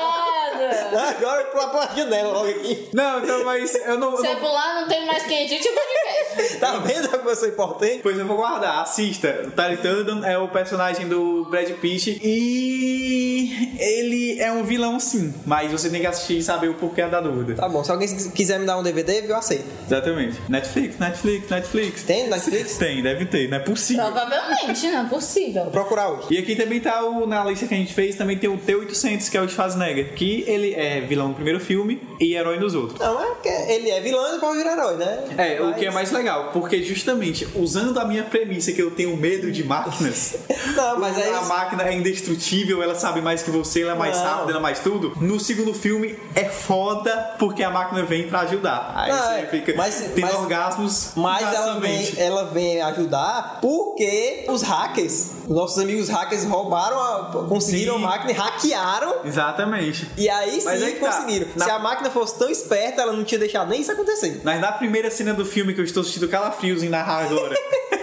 Speaker 2: Agora eu pular pela janela logo aqui.
Speaker 3: Não, então, mas eu não. eu
Speaker 1: Se
Speaker 3: não-
Speaker 1: eu pular, não tem mais quem edite o podcast.
Speaker 2: Tá vendo como eu sou importante?
Speaker 3: Pois eu vou guardar, assista. O Tyler Durden é o personagem do Brad Pitt e ele é um vilão sim, mas você tem que assistir e saber o porquê da dúvida.
Speaker 2: Tá bom, se alguém quiser me dar um DVD, eu aceito.
Speaker 3: Exatamente. Netflix, Netflix, Netflix.
Speaker 2: Tem no Netflix?
Speaker 3: Tem, deve ter, não é possível.
Speaker 1: Provavelmente, não é possível.
Speaker 2: Vou procurar hoje.
Speaker 3: E aqui também tá o, na lista que a gente fez, também tem o T-800, que é o Schwarzenegger, que ele é vilão do primeiro filme e herói dos outros.
Speaker 2: Não, é porque ele é vilão e depois vira herói, né?
Speaker 3: É, o que é mais legal, porque justamente usando a minha premissa que eu tenho medo de máquinas,
Speaker 2: Não, mas é
Speaker 3: a
Speaker 2: isso.
Speaker 3: máquina é indestrutível, ela sabe mais que você, ela é mais
Speaker 2: Não.
Speaker 3: rápida, ela é mais tudo. No segundo filme é foda porque a máquina vem pra ajudar. Aí
Speaker 2: Não,
Speaker 3: você
Speaker 2: é,
Speaker 3: fica
Speaker 2: mas-
Speaker 3: tem
Speaker 2: mas-
Speaker 3: orgasmos
Speaker 2: Mas ela
Speaker 3: intensamente.
Speaker 2: vem, ela vem ajudar porque os hackers, nossos amigos hackers roubaram, a, conseguiram
Speaker 3: Sim.
Speaker 2: a máquina, e hackearam
Speaker 3: Exatamente.
Speaker 2: e aí sim
Speaker 3: Mas é que tá.
Speaker 2: conseguiram.
Speaker 3: Na-
Speaker 2: Se a máquina fosse tão esperta, ela não tinha deixado nem isso acontecer.
Speaker 3: Mas na primeira cena do filme que eu estou assistindo calafrios em narrar agora.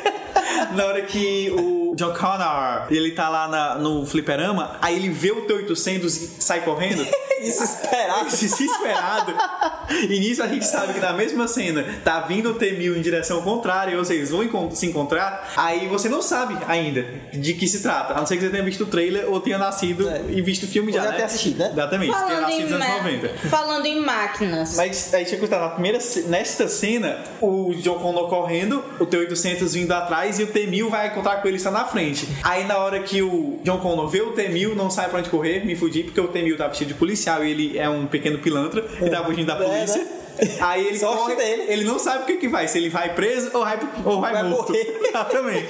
Speaker 3: Na hora que o John Connor ele tá lá na- no fliperama, aí ele vê o T-800 e sai correndo.
Speaker 2: Isso esperar.
Speaker 3: Esse desesperado. E nisso a gente sabe que na mesma cena tá vindo o T-1000 em direção contrária e vocês vão encon- se encontrar. Aí você não sabe ainda de que se trata, a não ser que você tenha visto o trailer ou tenha nascido
Speaker 2: É.
Speaker 3: e visto o filme
Speaker 2: Ou
Speaker 3: já.
Speaker 2: já
Speaker 3: né?
Speaker 2: tenha assistido, né?
Speaker 3: Exatamente, tenha
Speaker 1: Falando
Speaker 3: nascido
Speaker 1: em,
Speaker 3: nos anos
Speaker 1: ma-
Speaker 3: 90.
Speaker 1: falando em máquinas.
Speaker 3: Mas aí tinha que na primeira, ce- nesta cena, o John Connor correndo, o T-800 vindo atrás e o T-1000 vai encontrar com ele só na frente. Aí na hora que o John Connor vê o T-1000, não sabe pra onde correr, me fudi, porque o T-1000 tá vestido de policial e ele é um pequeno pilantra e tá fugindo da
Speaker 2: É,
Speaker 3: polícia.
Speaker 2: né?
Speaker 3: Aí ele
Speaker 2: Sorte
Speaker 3: corre,
Speaker 2: dele.
Speaker 3: ele não sabe o que que vai, se ele vai preso ou vai, ou vai,
Speaker 2: Vai
Speaker 3: morto.
Speaker 2: morrer.
Speaker 3: Exatamente.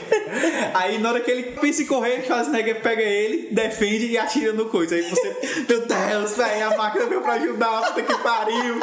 Speaker 3: Aí na hora que ele pensa em correr, Schwarzenegger pega ele, defende e atira no coisa. Aí você, meu Deus, velho, a máquina veio pra ajudar, puta que pariu.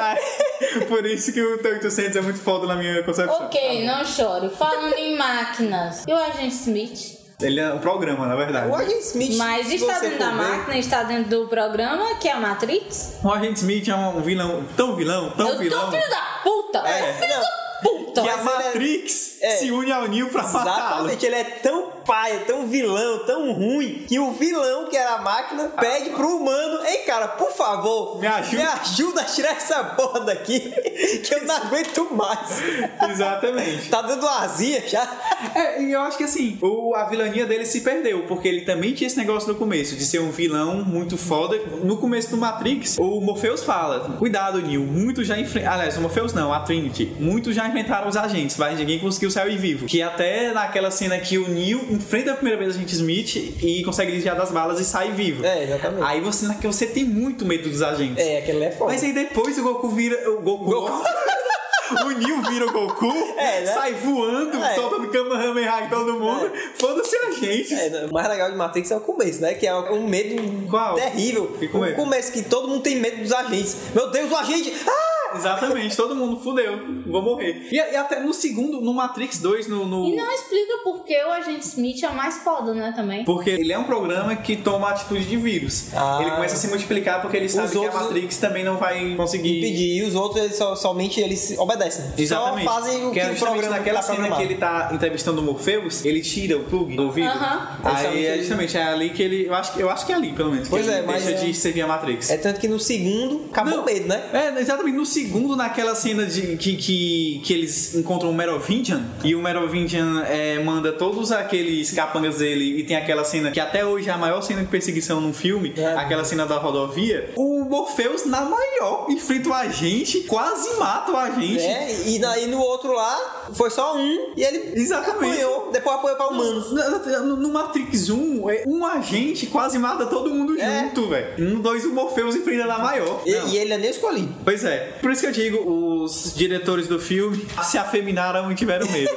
Speaker 3: Aí, por isso que o T-800 é muito foda na minha concepção.
Speaker 1: Ok, não choro. Falando em máquinas. E o Agente Smith?
Speaker 3: Ele é um programa, na verdade.
Speaker 2: O Agent Smith.
Speaker 1: Mas
Speaker 2: se
Speaker 1: está
Speaker 2: você
Speaker 1: dentro
Speaker 2: for
Speaker 1: da
Speaker 2: ver,
Speaker 1: máquina, está dentro do programa, que é a Matrix.
Speaker 3: O Agente Smith é um vilão, tão vilão, tão
Speaker 1: Eu
Speaker 3: vilão,
Speaker 1: tô filho da puta!
Speaker 2: É, não.
Speaker 1: Puta!
Speaker 3: que a
Speaker 2: Mas ele é-
Speaker 3: Matrix
Speaker 2: é.
Speaker 3: se une ao Neo pra matá-lo.
Speaker 2: Exatamente, ele é tão paia, tão vilão, tão ruim, que o vilão, que era a máquina, pede pro humano, ei cara, por favor,
Speaker 3: Me ajuda."
Speaker 2: me ajuda a tirar essa porra daqui, que eu não aguento mais.
Speaker 3: Exatamente.
Speaker 2: Tá dando azia já.
Speaker 3: É, e eu acho que assim, o, a vilania dele se perdeu, porque ele também tinha esse negócio no começo, de ser um vilão muito foda. No começo do Matrix, o Morpheus fala: Cuidado, Neo, muitos já enfrentaram. Aliás, o Morpheus não, a Trinity. Muitos já enfrentaram os agentes, mas ninguém conseguiu sair vivo. Que até naquela cena que o Neo enfrenta a primeira vez a gente Smith e consegue desviar das balas e sai vivo.
Speaker 2: É, exatamente.
Speaker 3: Aí você, na- que você tem muito medo dos agentes.
Speaker 2: É, aquele é foda.
Speaker 3: Mas aí depois o Goku vira. O Goku.
Speaker 2: Goku.
Speaker 3: o Neo vira o Goku,
Speaker 2: É, né?
Speaker 3: sai voando,
Speaker 2: É.
Speaker 3: soltando Kamehameha em todo mundo. Foda-se a gente.
Speaker 2: É, não, o mais legal de Matrix é o começo, né? Que é um medo
Speaker 3: Qual?
Speaker 2: terrível.
Speaker 3: Que começo?
Speaker 2: O começo que todo mundo tem medo dos agentes. Meu Deus, o agente! Ah!
Speaker 3: Exatamente, todo mundo fudeu, vou morrer. E, e até no segundo, no Matrix 2, no. no-
Speaker 1: E não é explica por que o Agente Smith é o mais foda, né, também?
Speaker 3: Porque ele é um programa que toma a atitude de vírus.
Speaker 2: Ah.
Speaker 3: Ele começa a se multiplicar porque ele sabe que
Speaker 2: outros-
Speaker 3: a Matrix também não vai conseguir.
Speaker 2: Pedir, e os outros eles só- somente eles se obedecem.
Speaker 3: Exatamente.
Speaker 2: Só Então, fazem o que,
Speaker 3: é
Speaker 2: o
Speaker 3: justamente
Speaker 2: programa
Speaker 3: naquela
Speaker 2: tá
Speaker 3: cena
Speaker 2: programado.
Speaker 3: que ele tá entrevistando o Morpheus, ele tira o plug do ouvido.
Speaker 1: Aham.
Speaker 3: Aí
Speaker 2: Justamente-
Speaker 3: é justamente é ali que ele. Eu acho, que- eu acho que é ali, pelo menos. que
Speaker 2: Pois
Speaker 3: ele
Speaker 2: é, mas
Speaker 3: deixa
Speaker 2: é-
Speaker 3: de servir a Matrix.
Speaker 2: É tanto que no segundo acabou
Speaker 3: Não.
Speaker 2: o medo, né?
Speaker 3: É, exatamente. No segundo, naquela cena de, que, que, que eles encontram o Merovingian, e o Merovingian é, manda todos aqueles capangas dele, e tem aquela cena que até hoje é a maior cena de perseguição num filme,
Speaker 2: É.
Speaker 3: aquela cena da rodovia. O Morpheus, na maior, enfrenta o agente, quase mata o agente.
Speaker 2: É, e, na- e no outro lá foi só um e ele
Speaker 3: Exatamente.
Speaker 2: apanhou, depois apanhou pra humano.
Speaker 3: No, no- no Matrix 1, é, um agente quase mata todo mundo
Speaker 2: É.
Speaker 3: junto, velho. No 2, o Morpheus enfrenta na maior.
Speaker 2: E,
Speaker 3: Não.
Speaker 2: e ele é nem escolhido.
Speaker 3: Pois é, por isso que eu digo, os diretores do filme se afeminaram e tiveram medo.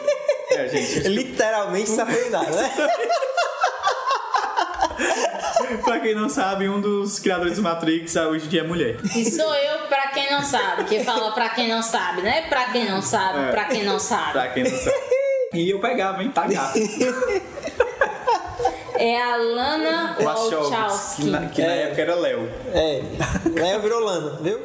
Speaker 3: é, gente.
Speaker 2: Literalmente se afeminaram, né?
Speaker 3: pra quem não sabe, um dos criadores do Matrix hoje em dia é mulher.
Speaker 1: E sou eu, pra quem não sabe, que fala pra quem não sabe, né? Pra quem não sabe,
Speaker 3: É.
Speaker 1: pra quem não sabe.
Speaker 3: Pra quem não sabe. E eu pegava, hein? Tá Pagava.
Speaker 1: É a Lana
Speaker 3: Wachowski, que é na,
Speaker 1: Wachowski.
Speaker 3: que na
Speaker 2: É.
Speaker 3: época era Léo.
Speaker 2: É, Léo virou Lana, viu?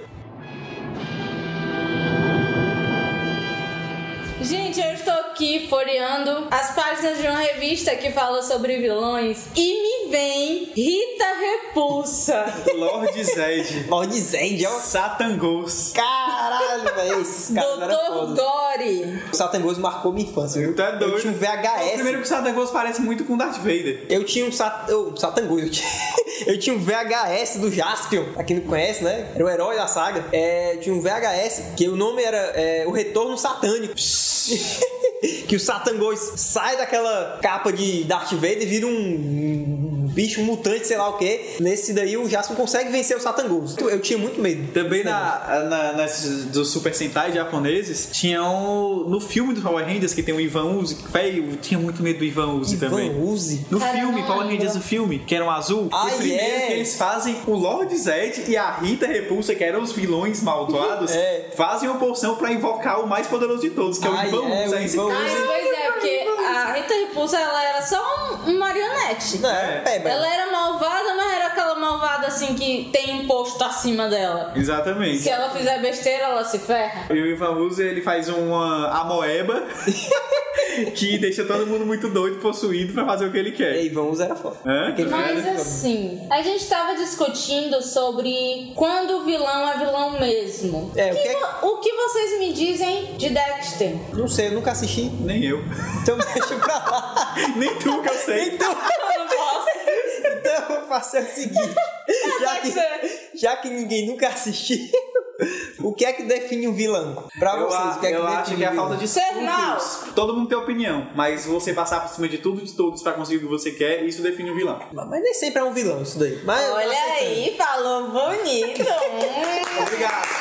Speaker 1: Gente, eu estou aqui folheando as páginas de uma revista que fala sobre vilões e me vem Rita Repulsa.
Speaker 3: Lord Zed.
Speaker 2: Lord Zend, ó.
Speaker 3: Satan Ghost.
Speaker 2: Caralho, velho. Esses caras eram
Speaker 1: Doutor
Speaker 2: foda.
Speaker 1: Gore.
Speaker 2: O Satan Ghost marcou minha infância, viu?
Speaker 3: Tu é doido.
Speaker 2: Eu tinha um
Speaker 3: O
Speaker 2: VHS.
Speaker 3: Primeiro que o Satan Ghost parece muito com Darth Vader.
Speaker 2: Eu tinha um sat... oh, Satan Ghost. Eu tinha- Eu tinha um VHS do Jaspion, pra quem não conhece, né? Era o herói da saga. É, tinha um VHS que o nome era é, O Retorno Satânico. que o Satan Ghost sai daquela capa de Darth Vader e vira um bicho mutante, sei lá o que. Nesse daí o Jaspion consegue vencer o Satan Ghost. Eu tinha muito medo. "Ah,
Speaker 3: Também na, na, nas- dos Super Sentai japoneses, tinha um, no filme do Power Rangers que tem o Ivan Uzi. Velho, eu tinha muito medo do Ivan Uzi
Speaker 2: Ivan
Speaker 3: também.
Speaker 2: Uzi.
Speaker 3: No
Speaker 1: Cara,
Speaker 3: filme,
Speaker 1: não
Speaker 3: Power
Speaker 1: lembro.
Speaker 3: Rangers do filme, que era um azul,
Speaker 2: Ah,
Speaker 3: o primeiro
Speaker 2: é.
Speaker 3: que eles fazem, o Lord Zed e a Rita Repulsa, que eram os vilões maldoados,
Speaker 2: É.
Speaker 3: fazem uma porção pra invocar o mais poderoso de todos, que é o
Speaker 2: Ah,
Speaker 3: Ivan
Speaker 2: é,
Speaker 3: Uzi.
Speaker 2: o
Speaker 3: Aí você,
Speaker 2: Ivan
Speaker 1: Ai,
Speaker 2: Uzi.
Speaker 1: pois é, porque a Rita Repulsa ela era só um- um marionete.
Speaker 2: Não, é, é,
Speaker 1: Ela era malvada, mas era aquela malvada assim que tem imposto acima dela.
Speaker 2: é
Speaker 3: Exatamente.
Speaker 1: Se ela fizer besteira, ela se ferra.
Speaker 3: E o Ivan Uzi, ele faz uma amoeba que deixa todo mundo muito doido, possuído, pra fazer o que ele quer.
Speaker 2: É, Ivan Uzi era foda.
Speaker 3: Hã?
Speaker 2: Aquele é cara
Speaker 1: Mas
Speaker 2: era foda.
Speaker 1: assim, a gente tava discutindo sobre quando o vilão é vilão mesmo.
Speaker 2: É, o que-
Speaker 1: vo- o que vocês me dizem de Dexter?
Speaker 2: Não sei, eu nunca assisti.
Speaker 3: Nem eu.
Speaker 2: Então deixa pra lá.
Speaker 3: Nem tu que eu sei.
Speaker 2: Então...
Speaker 1: Eu não gosto.
Speaker 2: Então eu faço o seguinte: já que, já que ninguém nunca assistiu, o que é que define um vilão? Pra
Speaker 3: Eu,
Speaker 2: vocês, o
Speaker 3: a-
Speaker 2: que é que
Speaker 3: eu
Speaker 2: define
Speaker 3: acho que é
Speaker 2: um
Speaker 3: a
Speaker 2: vilão?
Speaker 3: falta de
Speaker 1: Ser
Speaker 3: escrúpulos.
Speaker 1: mau.
Speaker 3: Todo mundo tem opinião, mas você passar por cima de tudo e de todos pra conseguir o que você quer, isso define o vilão.
Speaker 2: Mas nem sempre é um vilão isso daí. Mas eu
Speaker 1: Olha
Speaker 2: aceito.
Speaker 1: aí, falou bonito. Hum.
Speaker 3: Obrigado.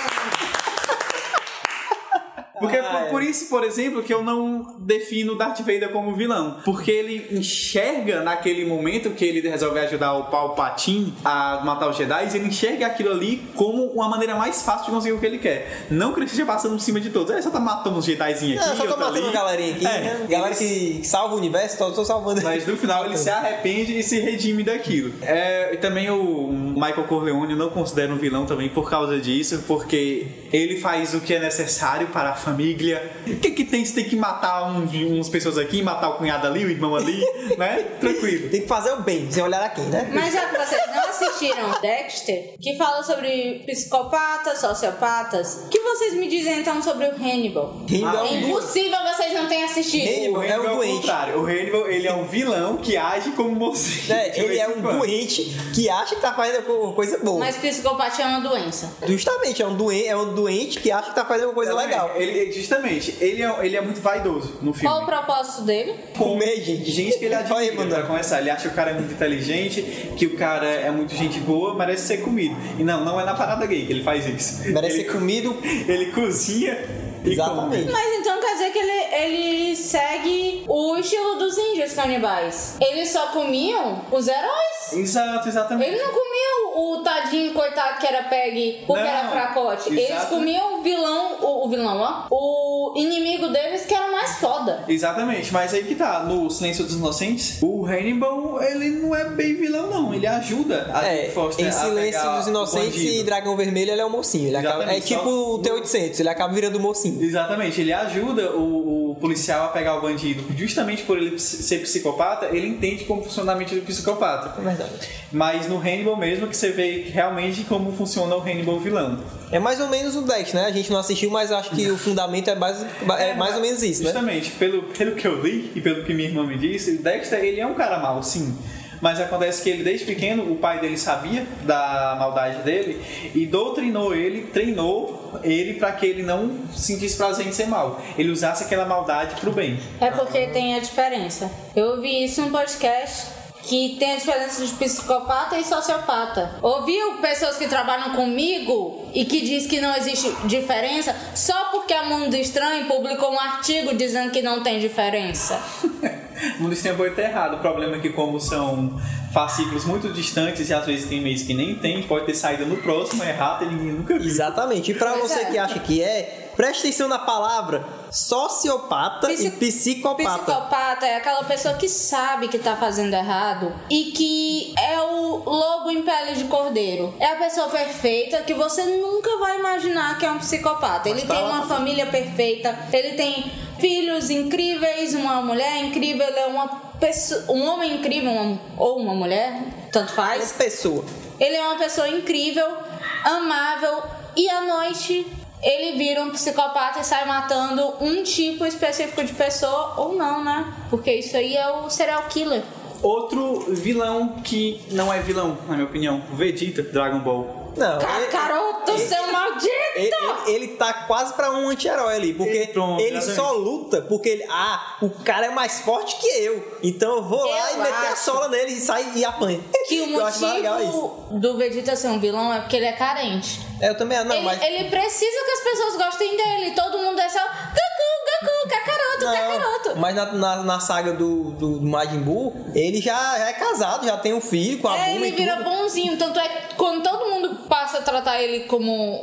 Speaker 3: Porque
Speaker 2: Ah,
Speaker 3: por,
Speaker 2: é.
Speaker 3: por isso, por exemplo, que eu não defino Darth Vader como vilão. Porque ele enxerga naquele momento que ele resolve ajudar o Palpatine a matar os Jedi, ele enxerga aquilo ali como uma maneira mais fácil de conseguir o que ele quer. Não que ele esteja passando por cima de todos. Ele só tá matando uns Jedizinhos aqui,
Speaker 2: Não, só tô
Speaker 3: outro
Speaker 2: matando
Speaker 3: ali.
Speaker 2: a galerinha aqui.
Speaker 3: É.
Speaker 2: né? Galera que salva o universo, tô, tô salvando. Então,
Speaker 3: Mas no final ele se arrepende e se redime daquilo. É, e também o Michael Corleone eu não considero um vilão também por causa disso, porque ele faz o que é necessário para a família. O que, que tem? Você tem que matar um- umas pessoas aqui, matar o cunhado ali, o irmão ali, né? Tranquilo.
Speaker 2: Tem que fazer o bem, sem olhar aqui, né?
Speaker 1: Mas já que vocês não assistiram Dexter, que fala sobre psicopatas, sociopatas, o que vocês me dizem então sobre o Hannibal?
Speaker 3: Ah,
Speaker 2: Hannibal
Speaker 1: É
Speaker 2: é um
Speaker 1: impossível vocês não tenham assistido.
Speaker 2: Hannibal.
Speaker 3: O
Speaker 2: É um
Speaker 3: Hannibal é o
Speaker 2: doente.
Speaker 3: contrário. O Hannibal, ele é um vilão que age como mocinho. Tipo,
Speaker 2: né?
Speaker 3: de
Speaker 2: Ele
Speaker 3: vez
Speaker 2: é
Speaker 3: em
Speaker 2: um
Speaker 3: quando.
Speaker 2: doente que acha que tá fazendo alguma coisa boa.
Speaker 1: Mas psicopatia é uma doença.
Speaker 2: Justamente, é um, doente, é um doente que acha que tá fazendo alguma coisa
Speaker 3: Também.
Speaker 2: legal.
Speaker 3: Ele, justamente, ele é, ele é muito vaidoso no filme.
Speaker 1: Qual o propósito dele?
Speaker 2: Comer, gente.
Speaker 3: Gente que ele
Speaker 2: Olha aí,
Speaker 3: admira,
Speaker 2: mano.
Speaker 3: pra começar. Ele acha que o cara é muito inteligente, que o cara é muito gente boa, merece ser comido. E não, não é na parada gay que ele faz isso.
Speaker 2: Merece
Speaker 3: ele,
Speaker 2: ser comido.
Speaker 3: Ele cozinha e
Speaker 2: Exatamente.
Speaker 1: Mas então quer dizer que ele, ele segue o estilo dos índios canibais. Eles só comiam os heróis.
Speaker 3: come. Exato, exatamente.
Speaker 1: Eles não comiam o tadinho coitado que era PEG porque
Speaker 3: Não,
Speaker 1: era fracote. Eles
Speaker 3: exato.
Speaker 1: comiam o vilão, o, o vilão, ó. O inimigo deles que era o mais foda.
Speaker 3: Exatamente, mas aí que tá, no Silêncio dos Inocentes, o Hannibal, ele não é bem vilão, não. Ele ajuda a
Speaker 2: É,
Speaker 3: Jane Foster
Speaker 2: em
Speaker 3: a
Speaker 2: Silêncio
Speaker 3: pegar
Speaker 2: dos
Speaker 3: o
Speaker 2: Inocentes
Speaker 3: bandido.
Speaker 2: e Dragão Vermelho, ele é um mocinho. Ele acaba, é
Speaker 3: Exatamente,
Speaker 2: tipo
Speaker 3: só-
Speaker 2: o T-800, ele acaba virando um mocinho.
Speaker 3: Exatamente, ele ajuda o, o policial a pegar o bandido. Justamente por ele ps- ser psicopata, ele entende como funciona a mente do psicopata.
Speaker 2: É verdade.
Speaker 3: Mas no Hannibal mesmo que você vê realmente como funciona o Hannibal vilão.
Speaker 2: É mais ou menos o Dex, né? A gente não assistiu, mas acho que o fundamento é, base, é mais ou menos isso, né?
Speaker 3: Justamente, pelo, pelo que eu li e pelo que minha irmã me disse, o Dexter ele é um cara mau, sim. Mas acontece que ele desde pequeno, o pai dele sabia da maldade dele e doutrinou ele, treinou ele para que ele não sentisse prazer em ser mal. Ele usasse aquela maldade pro bem.
Speaker 1: É porque tem a diferença. Eu ouvi isso num podcast que tem a diferença de psicopata e sociopata. Ouviu pessoas que trabalham comigo e que diz que não existe diferença é só porque a Mundo Estranho publicou um artigo dizendo que não tem diferença.
Speaker 3: Mundo Extremboy tá errado. O problema é que, como são fascículos muito distantes e às vezes tem mês que nem tem, pode ter saída no próximo, é errado e ninguém nunca viu.
Speaker 2: Exatamente. E pra
Speaker 1: Pois
Speaker 2: você
Speaker 1: é.
Speaker 2: que acha que é, preste atenção na palavra sociopata e
Speaker 1: Psico-
Speaker 2: psicopata.
Speaker 1: Psicopata é aquela pessoa que sabe que tá fazendo errado e que é o lobo em pele de cordeiro. É a pessoa perfeita que você nunca vai imaginar que é um psicopata. Ele
Speaker 2: tá
Speaker 1: tem
Speaker 2: lá.
Speaker 1: uma família perfeita, ele tem filhos incríveis, uma mulher incrível, ele é uma pessoa, um homem incrível uma- ou uma mulher, tanto faz.
Speaker 2: Essa pessoa.
Speaker 1: Ele é uma pessoa incrível, amável e à noite ele vira um psicopata e sai matando um tipo específico de pessoa ou não, né? Porque isso aí é o serial killer.
Speaker 3: Outro vilão que não é vilão, na minha opinião, Vegeta, Dragon Ball.
Speaker 2: Não, é- ele-
Speaker 1: Kakaroto, seu maldito!
Speaker 2: ele, ele- ele tá quase pra um anti-herói ali, porque
Speaker 3: Ele- pronto,
Speaker 2: ele só
Speaker 3: exatamente.
Speaker 2: luta porque ele, ah, o cara é mais forte que eu, então eu vou lá
Speaker 1: Eu
Speaker 2: e meter a
Speaker 1: acho.
Speaker 2: sola nele e sair e apanha.
Speaker 1: Que o
Speaker 2: eu acho mais legal isso.
Speaker 1: motivo do Vegeta ser um vilão é porque ele é carente.
Speaker 2: É, Eu também, ah, não,
Speaker 1: ele,
Speaker 2: mas
Speaker 1: ele precisa que as pessoas gostem dele. Todo mundo é só Goku, é Goku, Kakaroto, Kakaroto.
Speaker 2: Mas na, na, na saga do, do, do Majin Buu, ele já, já é casado, já tem um filho com a
Speaker 1: É, ele
Speaker 2: Bulma e tudo.
Speaker 1: vira bonzinho. Tanto é que quando todo mundo passa a tratar ele como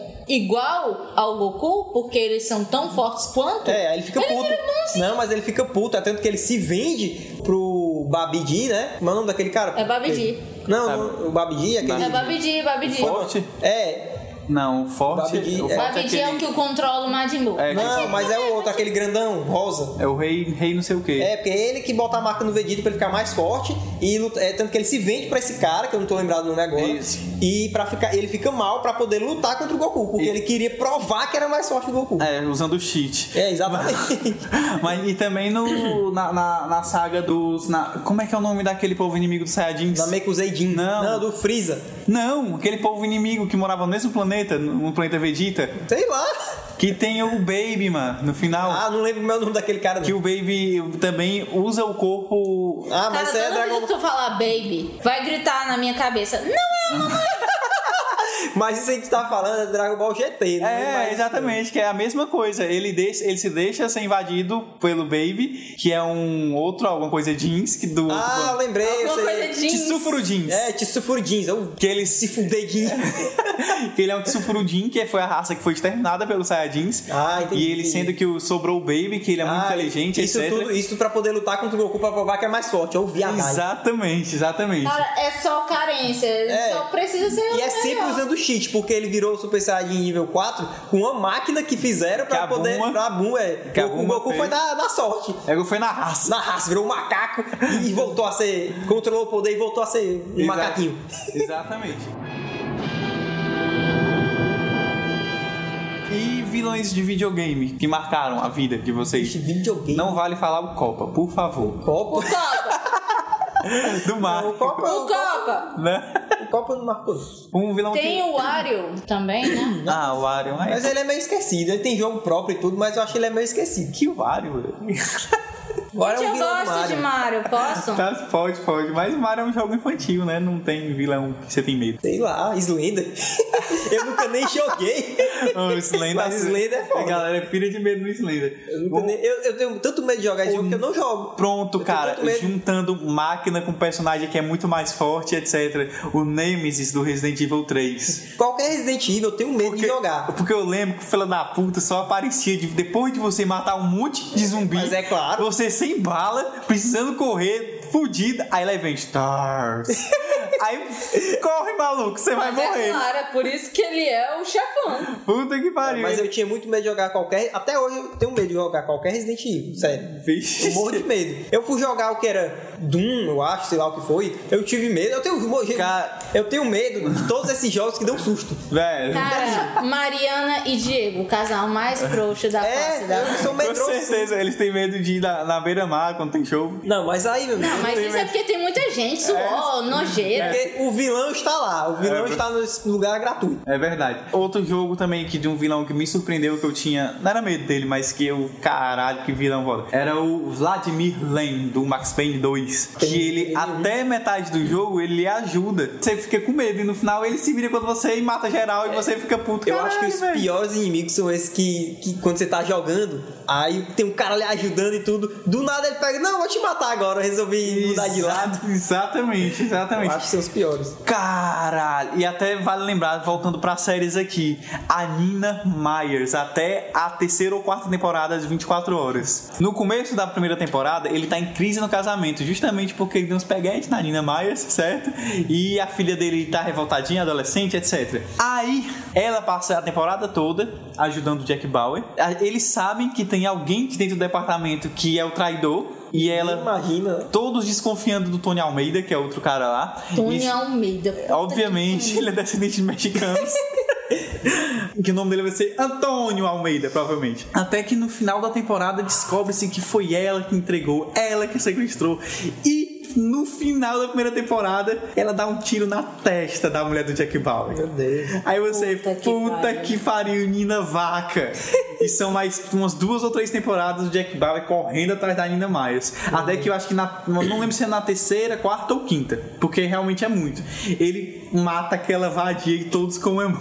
Speaker 1: igual ao Goku, porque eles são tão fortes quanto.
Speaker 2: É, aí ele fica puto.
Speaker 1: vira bonzinho.
Speaker 2: não, mas ele fica puto, é tanto que ele se vende pro Babidi, né? Como é o nome daquele cara?
Speaker 1: É Babidi.
Speaker 2: Não, não, o Babidi é aquele...
Speaker 1: É Babidi, Babidi.
Speaker 3: Forte?
Speaker 2: É,
Speaker 3: Não, forte.
Speaker 2: Babidi,
Speaker 3: o
Speaker 2: é.
Speaker 3: forte
Speaker 1: Babidi é o que
Speaker 3: aquele-
Speaker 1: controla o Majin Buu.
Speaker 3: É,
Speaker 2: não, mas é o outro, aquele grandão, rosa.
Speaker 3: é o rei, rei não sei o quê.
Speaker 2: É, porque é ele que bota a marca no Vegeta pra ele ficar mais forte. E luta- é, tanto que ele se vende pra esse cara, que eu não tô lembrado do nome agora.
Speaker 3: Isso.
Speaker 2: E pra ficar, ele fica mal pra poder lutar contra o Goku. Porque
Speaker 3: E-
Speaker 2: ele queria provar que era mais forte que o Goku.
Speaker 3: É, usando o cheat.
Speaker 2: É, exatamente.
Speaker 3: Mas e também no, na, na, na saga dos. na- como é que é o nome daquele povo inimigo dos Saiyajins?
Speaker 2: Da Mekusei Jin.
Speaker 3: Não.
Speaker 2: Não, do Freeza.
Speaker 3: Não, aquele povo inimigo que morava no mesmo planeta, no planeta Vegeta,
Speaker 2: Sei lá.
Speaker 3: que tem o Baby, mano, no final.
Speaker 2: Ah, não lembro o meu nome daquele cara. não.
Speaker 3: Que o Baby também usa o corpo.
Speaker 2: Ah,
Speaker 1: Cara,
Speaker 2: mas isso
Speaker 1: toda
Speaker 2: aí é
Speaker 1: vez
Speaker 2: Dragon
Speaker 1: que tu falar baby, vai gritar na minha cabeça. Não é
Speaker 2: Mas isso aí que tu tá falando é Dragon Ball GT, né?
Speaker 3: É,
Speaker 2: Mas-
Speaker 3: exatamente, que é a mesma coisa. Ele, deixa, ele se deixa ser invadido pelo Baby, que é um outro, alguma coisa jeans, que do.
Speaker 2: Ah,
Speaker 3: do-
Speaker 2: lembrei.
Speaker 1: alguma
Speaker 2: eu sei.
Speaker 1: coisa jeans.
Speaker 3: Tsufuru jeans.
Speaker 2: É, Tsufuru Jeans. Eu...
Speaker 3: Que ele
Speaker 2: Se fuder jeans.
Speaker 3: que ele é um Tsukurudin, que foi a raça que foi exterminada pelos Saiyajins.
Speaker 2: Ah, entendi.
Speaker 3: E ele sendo que o sobrou o Baby, que ele é muito
Speaker 2: Ah,
Speaker 3: inteligente,
Speaker 2: isso
Speaker 3: etc.
Speaker 2: Tudo, isso pra poder lutar contra o Goku pra provar que é mais forte. Eu vi a Exato.
Speaker 3: Exatamente, exatamente.
Speaker 1: Cara, é só carência. Ele
Speaker 2: É.
Speaker 1: só precisa ser o
Speaker 2: E é
Speaker 1: melhor.
Speaker 2: sempre usando cheat, porque ele virou o Super Saiyajin nível 4 com uma máquina que fizeram
Speaker 3: Que
Speaker 2: pra
Speaker 3: a
Speaker 2: poder.
Speaker 3: Bulma-
Speaker 2: pra Bulma, é.
Speaker 3: que a
Speaker 2: o, o
Speaker 3: Bulma
Speaker 2: Goku
Speaker 3: né? fez.
Speaker 2: foi na, na sorte.
Speaker 3: É que foi na raça.
Speaker 2: Na raça, virou um macaco e voltou a ser. Controlou o poder e voltou a ser um
Speaker 3: Exato.
Speaker 2: macaquinho.
Speaker 3: Exatamente. E vilões de videogame que marcaram a vida de vocês.
Speaker 2: Ixi, videogame.
Speaker 3: Não vale falar o Copa, por favor.
Speaker 1: O
Speaker 2: Copa.
Speaker 1: Copa!
Speaker 3: Do Mar.
Speaker 2: O Copa,
Speaker 1: o Copa!
Speaker 3: Né?
Speaker 2: o Copa não marcou. não.
Speaker 3: Um vilão
Speaker 1: Tem o Wario também, né?
Speaker 3: que... Ah, o Arion. Mas
Speaker 2: Mas ele é meio esquecido. Ele tem jogo próprio e tudo, mas eu acho que ele é meio esquecido.
Speaker 3: que o Wario?
Speaker 2: Agora
Speaker 1: Gente,
Speaker 2: é um
Speaker 1: eu
Speaker 2: vilão do
Speaker 1: gosto de
Speaker 2: Mario.
Speaker 1: Mario, posso?
Speaker 3: Tá, pode, pode. Mas o Mario é um jogo infantil, né? Não tem vilão que você tem medo.
Speaker 2: Sei lá, Slender. eu nunca nem joguei.
Speaker 3: O Slender,
Speaker 2: Mas Slender é foda.
Speaker 3: A galera é pilha de medo no Slender.
Speaker 2: Eu, nunca
Speaker 3: Bom,
Speaker 2: nem- eu- eu tenho tanto medo de jogar esse jogo que eu não jogo.
Speaker 3: Pronto,
Speaker 2: Eu tenho
Speaker 3: cara,
Speaker 2: tanto medo.
Speaker 3: juntando máquina com personagem que é muito mais forte, etc. O Nemesis do Resident Evil 3.
Speaker 2: Qualquer Resident Evil eu tenho medo de jogar.
Speaker 3: porque eu lembro que o filho da puta só aparecia de- depois de você matar um monte de zumbi.
Speaker 2: Mas é claro.
Speaker 3: Você sem bala, precisando correr, fudida. Aí lá vem Stars. Aí corre, maluco, você vai
Speaker 1: Mas é
Speaker 3: morrer.
Speaker 1: claro, é por isso que ele é o chefão.
Speaker 3: Puta que pariu.
Speaker 2: Mas eu tinha muito medo de jogar qualquer. Até hoje eu tenho medo de jogar qualquer Resident Evil, sério.
Speaker 3: Vixe.
Speaker 2: Eu morro de medo. Eu fui jogar o que era Doom, eu acho, sei lá o que foi. Eu tive medo. Eu tenho, um
Speaker 3: Cara.
Speaker 2: eu tenho medo de todos esses jogos que dão susto.
Speaker 3: Velho.
Speaker 1: Cara, Mariana e Diego, o casal mais frouxo da
Speaker 2: É,
Speaker 1: face da
Speaker 2: eu sou
Speaker 3: Com
Speaker 2: medroso.
Speaker 3: certeza, eles têm medo de ir na, na beira-mar quando tem show.
Speaker 2: Não, mas aí, meu
Speaker 1: Não,
Speaker 2: amigo. é
Speaker 1: mas isso é porque tem muita gente, suor, nojeira.
Speaker 2: Porque o vilão está lá. O vilão
Speaker 3: É.
Speaker 2: está nesse lugar gratuito.
Speaker 3: É verdade. Outro jogo também que de um vilão que me surpreendeu que eu tinha. Não era medo dele, mas que eu. Caralho, que vilão foda. Era o Vladimir Lane do Max Payne 2. Que ele, até metade do jogo, ele lhe ajuda. Você fica com medo e no final ele se vira quando você e mata geral e você fica puto.
Speaker 2: É, Eu
Speaker 3: Caralho,
Speaker 2: acho que os
Speaker 3: velho.
Speaker 2: piores inimigos são esses que, que quando você tá jogando, Aí tem um cara lhe ajudando e tudo. Do nada ele pega, não, vou te matar agora. Eu resolvi é mudar de lado.
Speaker 3: Exatamente,
Speaker 2: Eu
Speaker 3: exatamente.
Speaker 2: acho que são os piores.
Speaker 3: Caralho! E até vale lembrar, voltando pra séries aqui, a Nina Myers, até a terceira ou quarta temporada de 24 horas. No começo da primeira temporada, ele tá em crise no casamento, justamente porque ele deu uns peguetes na Nina Myers, certo? E a filha dele tá revoltadinha, adolescente, etc. Aí, ela passa a temporada toda ajudando o Jack Bauer. A- Eles sabem que tem alguém dentro do departamento que é o traidor. E ela,
Speaker 2: Imagina.
Speaker 3: todos desconfiando do Tony Almeida, que é outro cara lá.
Speaker 1: Tony
Speaker 3: Isso-
Speaker 1: Almeida. puta
Speaker 3: Obviamente, ele é descendente de mexicanos. que o nome dele vai ser Antônio Almeida, provavelmente. Até que no final da temporada descobre-se que foi ela que entregou, ela que sequestrou. E no final da primeira temporada, ela dá um tiro na testa da mulher do Jack Bauer.
Speaker 2: Meu Deus.
Speaker 3: Aí você,
Speaker 1: Puta
Speaker 3: puta,
Speaker 1: que pariu."
Speaker 3: que pariu, Nina Vaca. e são mais umas duas ou três temporadas do Jack Bauer correndo atrás da Nina Myers. Até que eu acho que na, eu não lembro se é na terceira, quarta ou quinta, porque realmente é muito. Ele mata aquela vadia e todos comemoram.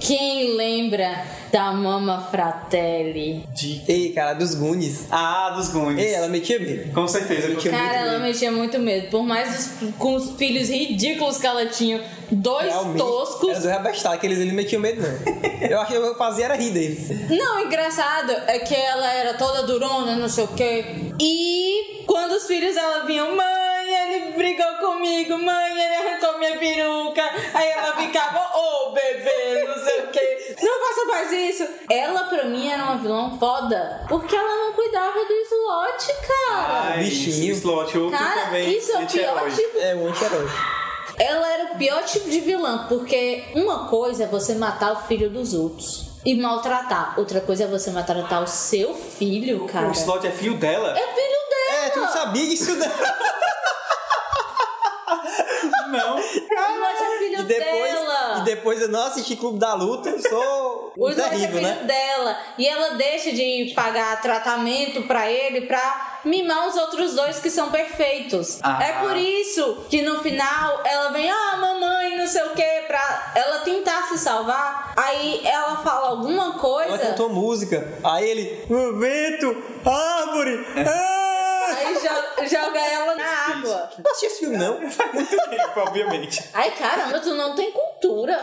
Speaker 1: que- Quem lembra da Mama Fratelli?
Speaker 3: De...
Speaker 2: Ei, cara, dos Goonies.
Speaker 3: Ah, dos Gomes.
Speaker 2: Ei, ela metia medo.
Speaker 3: Com certeza. é
Speaker 2: Ela metia
Speaker 1: Cara,
Speaker 2: muito
Speaker 1: ela
Speaker 2: medo.
Speaker 1: me tinha muito medo. Por mais os- com os filhos ridículos que ela tinha, dois
Speaker 2: Realmente,
Speaker 1: toscos.
Speaker 2: Era do Rabastar, que eles ele não metiam medo, não. Eu acho que eu fazia era rir deles.
Speaker 1: Não, engraçado é que ela era toda durona, não sei o quê. E quando os filhos dela vinham, mãe, ele brigou comigo, mãe, ele arrancou minha peruca. Aí ela ficava, ô bebê, não sei o quê. Não faça mais isso. Ela, pra mim, era uma vilã foda. Porque ela não cuidava do slot, cara.
Speaker 2: Bichinho.
Speaker 3: Slot, outro
Speaker 1: cara,
Speaker 3: Ah, também.
Speaker 1: isso é o pior
Speaker 3: anti-herói.
Speaker 1: tipo
Speaker 2: É um anti-herói.
Speaker 1: ela era o pior tipo de vilã, porque uma coisa é você matar o filho dos outros e maltratar, outra coisa é você maltratar o seu filho, cara.
Speaker 3: O Slot é filho dela?
Speaker 1: É filho dela!
Speaker 2: É, tu não sabia disso, não.
Speaker 3: Não.
Speaker 1: O Slot é filho
Speaker 2: E depois,
Speaker 1: dela!
Speaker 2: e depois eu não assisti Clube da Luta, eu sou
Speaker 1: O Slot é
Speaker 2: terrível,
Speaker 1: filho
Speaker 2: né?
Speaker 1: dela. E ela deixa de pagar tratamento pra ele pra mimar os outros dois que são perfeitos.
Speaker 3: Ah.
Speaker 1: É por isso que no final ela vem, ah, mamãe, não sei o que, pra ela tentar se salvar. Aí ela fala alguma coisa.
Speaker 2: Ela cantou música. Aí ele, "O vento, árvore,
Speaker 3: É.
Speaker 2: ah!
Speaker 1: Aí jo- joga ela na água.
Speaker 2: Não assisti esse filme, não.
Speaker 3: Obviamente.
Speaker 1: Ai, caramba, tu não tem cultura.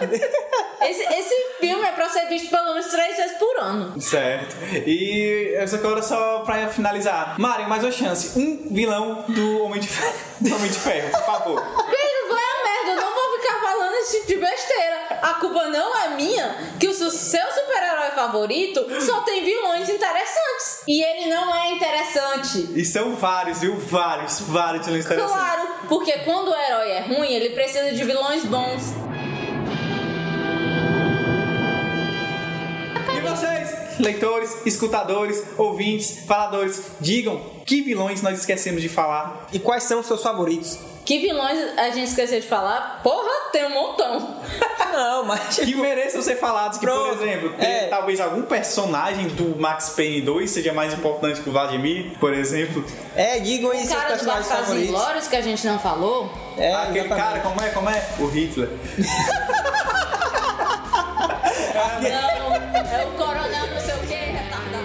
Speaker 1: Esse, esse filme é pra ser visto pelo menos três vezes por ano.
Speaker 3: Certo. E essa agora só pra finalizar. Mário, mais uma chance. Um vilão do Homem de Ferro. Do Homem de Ferro, por favor.
Speaker 1: Pedro, vai a merda, eu não vou ficar falando esse tipo de besteira. A culpa não é minha, que o su- seu super-herói favorito só tem vilões interessantes. E ele não é interessante.
Speaker 3: E são vários, viu? Vários, vários vilões
Speaker 2: assim.
Speaker 3: interessantes.
Speaker 1: Claro, porque quando o herói é ruim, ele precisa de vilões bons.
Speaker 3: E vocês, leitores, escutadores, ouvintes, faladores, digam que vilões nós esquecemos de falar.
Speaker 2: E quais são os seus favoritos?
Speaker 1: Que vilões a gente esqueceu de falar? Porra, tem um montão.
Speaker 2: Não, mas
Speaker 3: Que mereçam ser falados, que,
Speaker 2: Pronto.
Speaker 3: por exemplo,
Speaker 2: É.
Speaker 3: tem talvez algum personagem do Max Payne 2 seja mais importante que o Vladimir, por exemplo.
Speaker 2: É, digam aí
Speaker 1: O
Speaker 2: seus
Speaker 1: cara do
Speaker 2: personagens
Speaker 1: Bastardos
Speaker 2: favoritos.
Speaker 1: Inglórios que a gente não falou.
Speaker 2: É,
Speaker 3: Aquele
Speaker 2: exatamente.
Speaker 3: cara, como é, como é? O Hitler.
Speaker 1: Não, é o coronel não sei o que, retardado.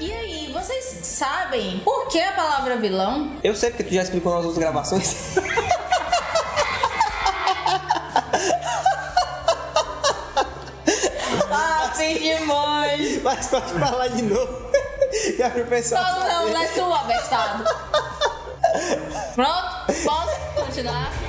Speaker 1: E aí, vocês sabem por que a palavra vilão?
Speaker 2: Eu sei porque tu já explicou nas outras gravações.
Speaker 1: Ah, sim, demais!
Speaker 2: Mas pode falar de novo. E aí o pessoal.
Speaker 1: Só não, não é tu, abestado. Pronto, posso continuar?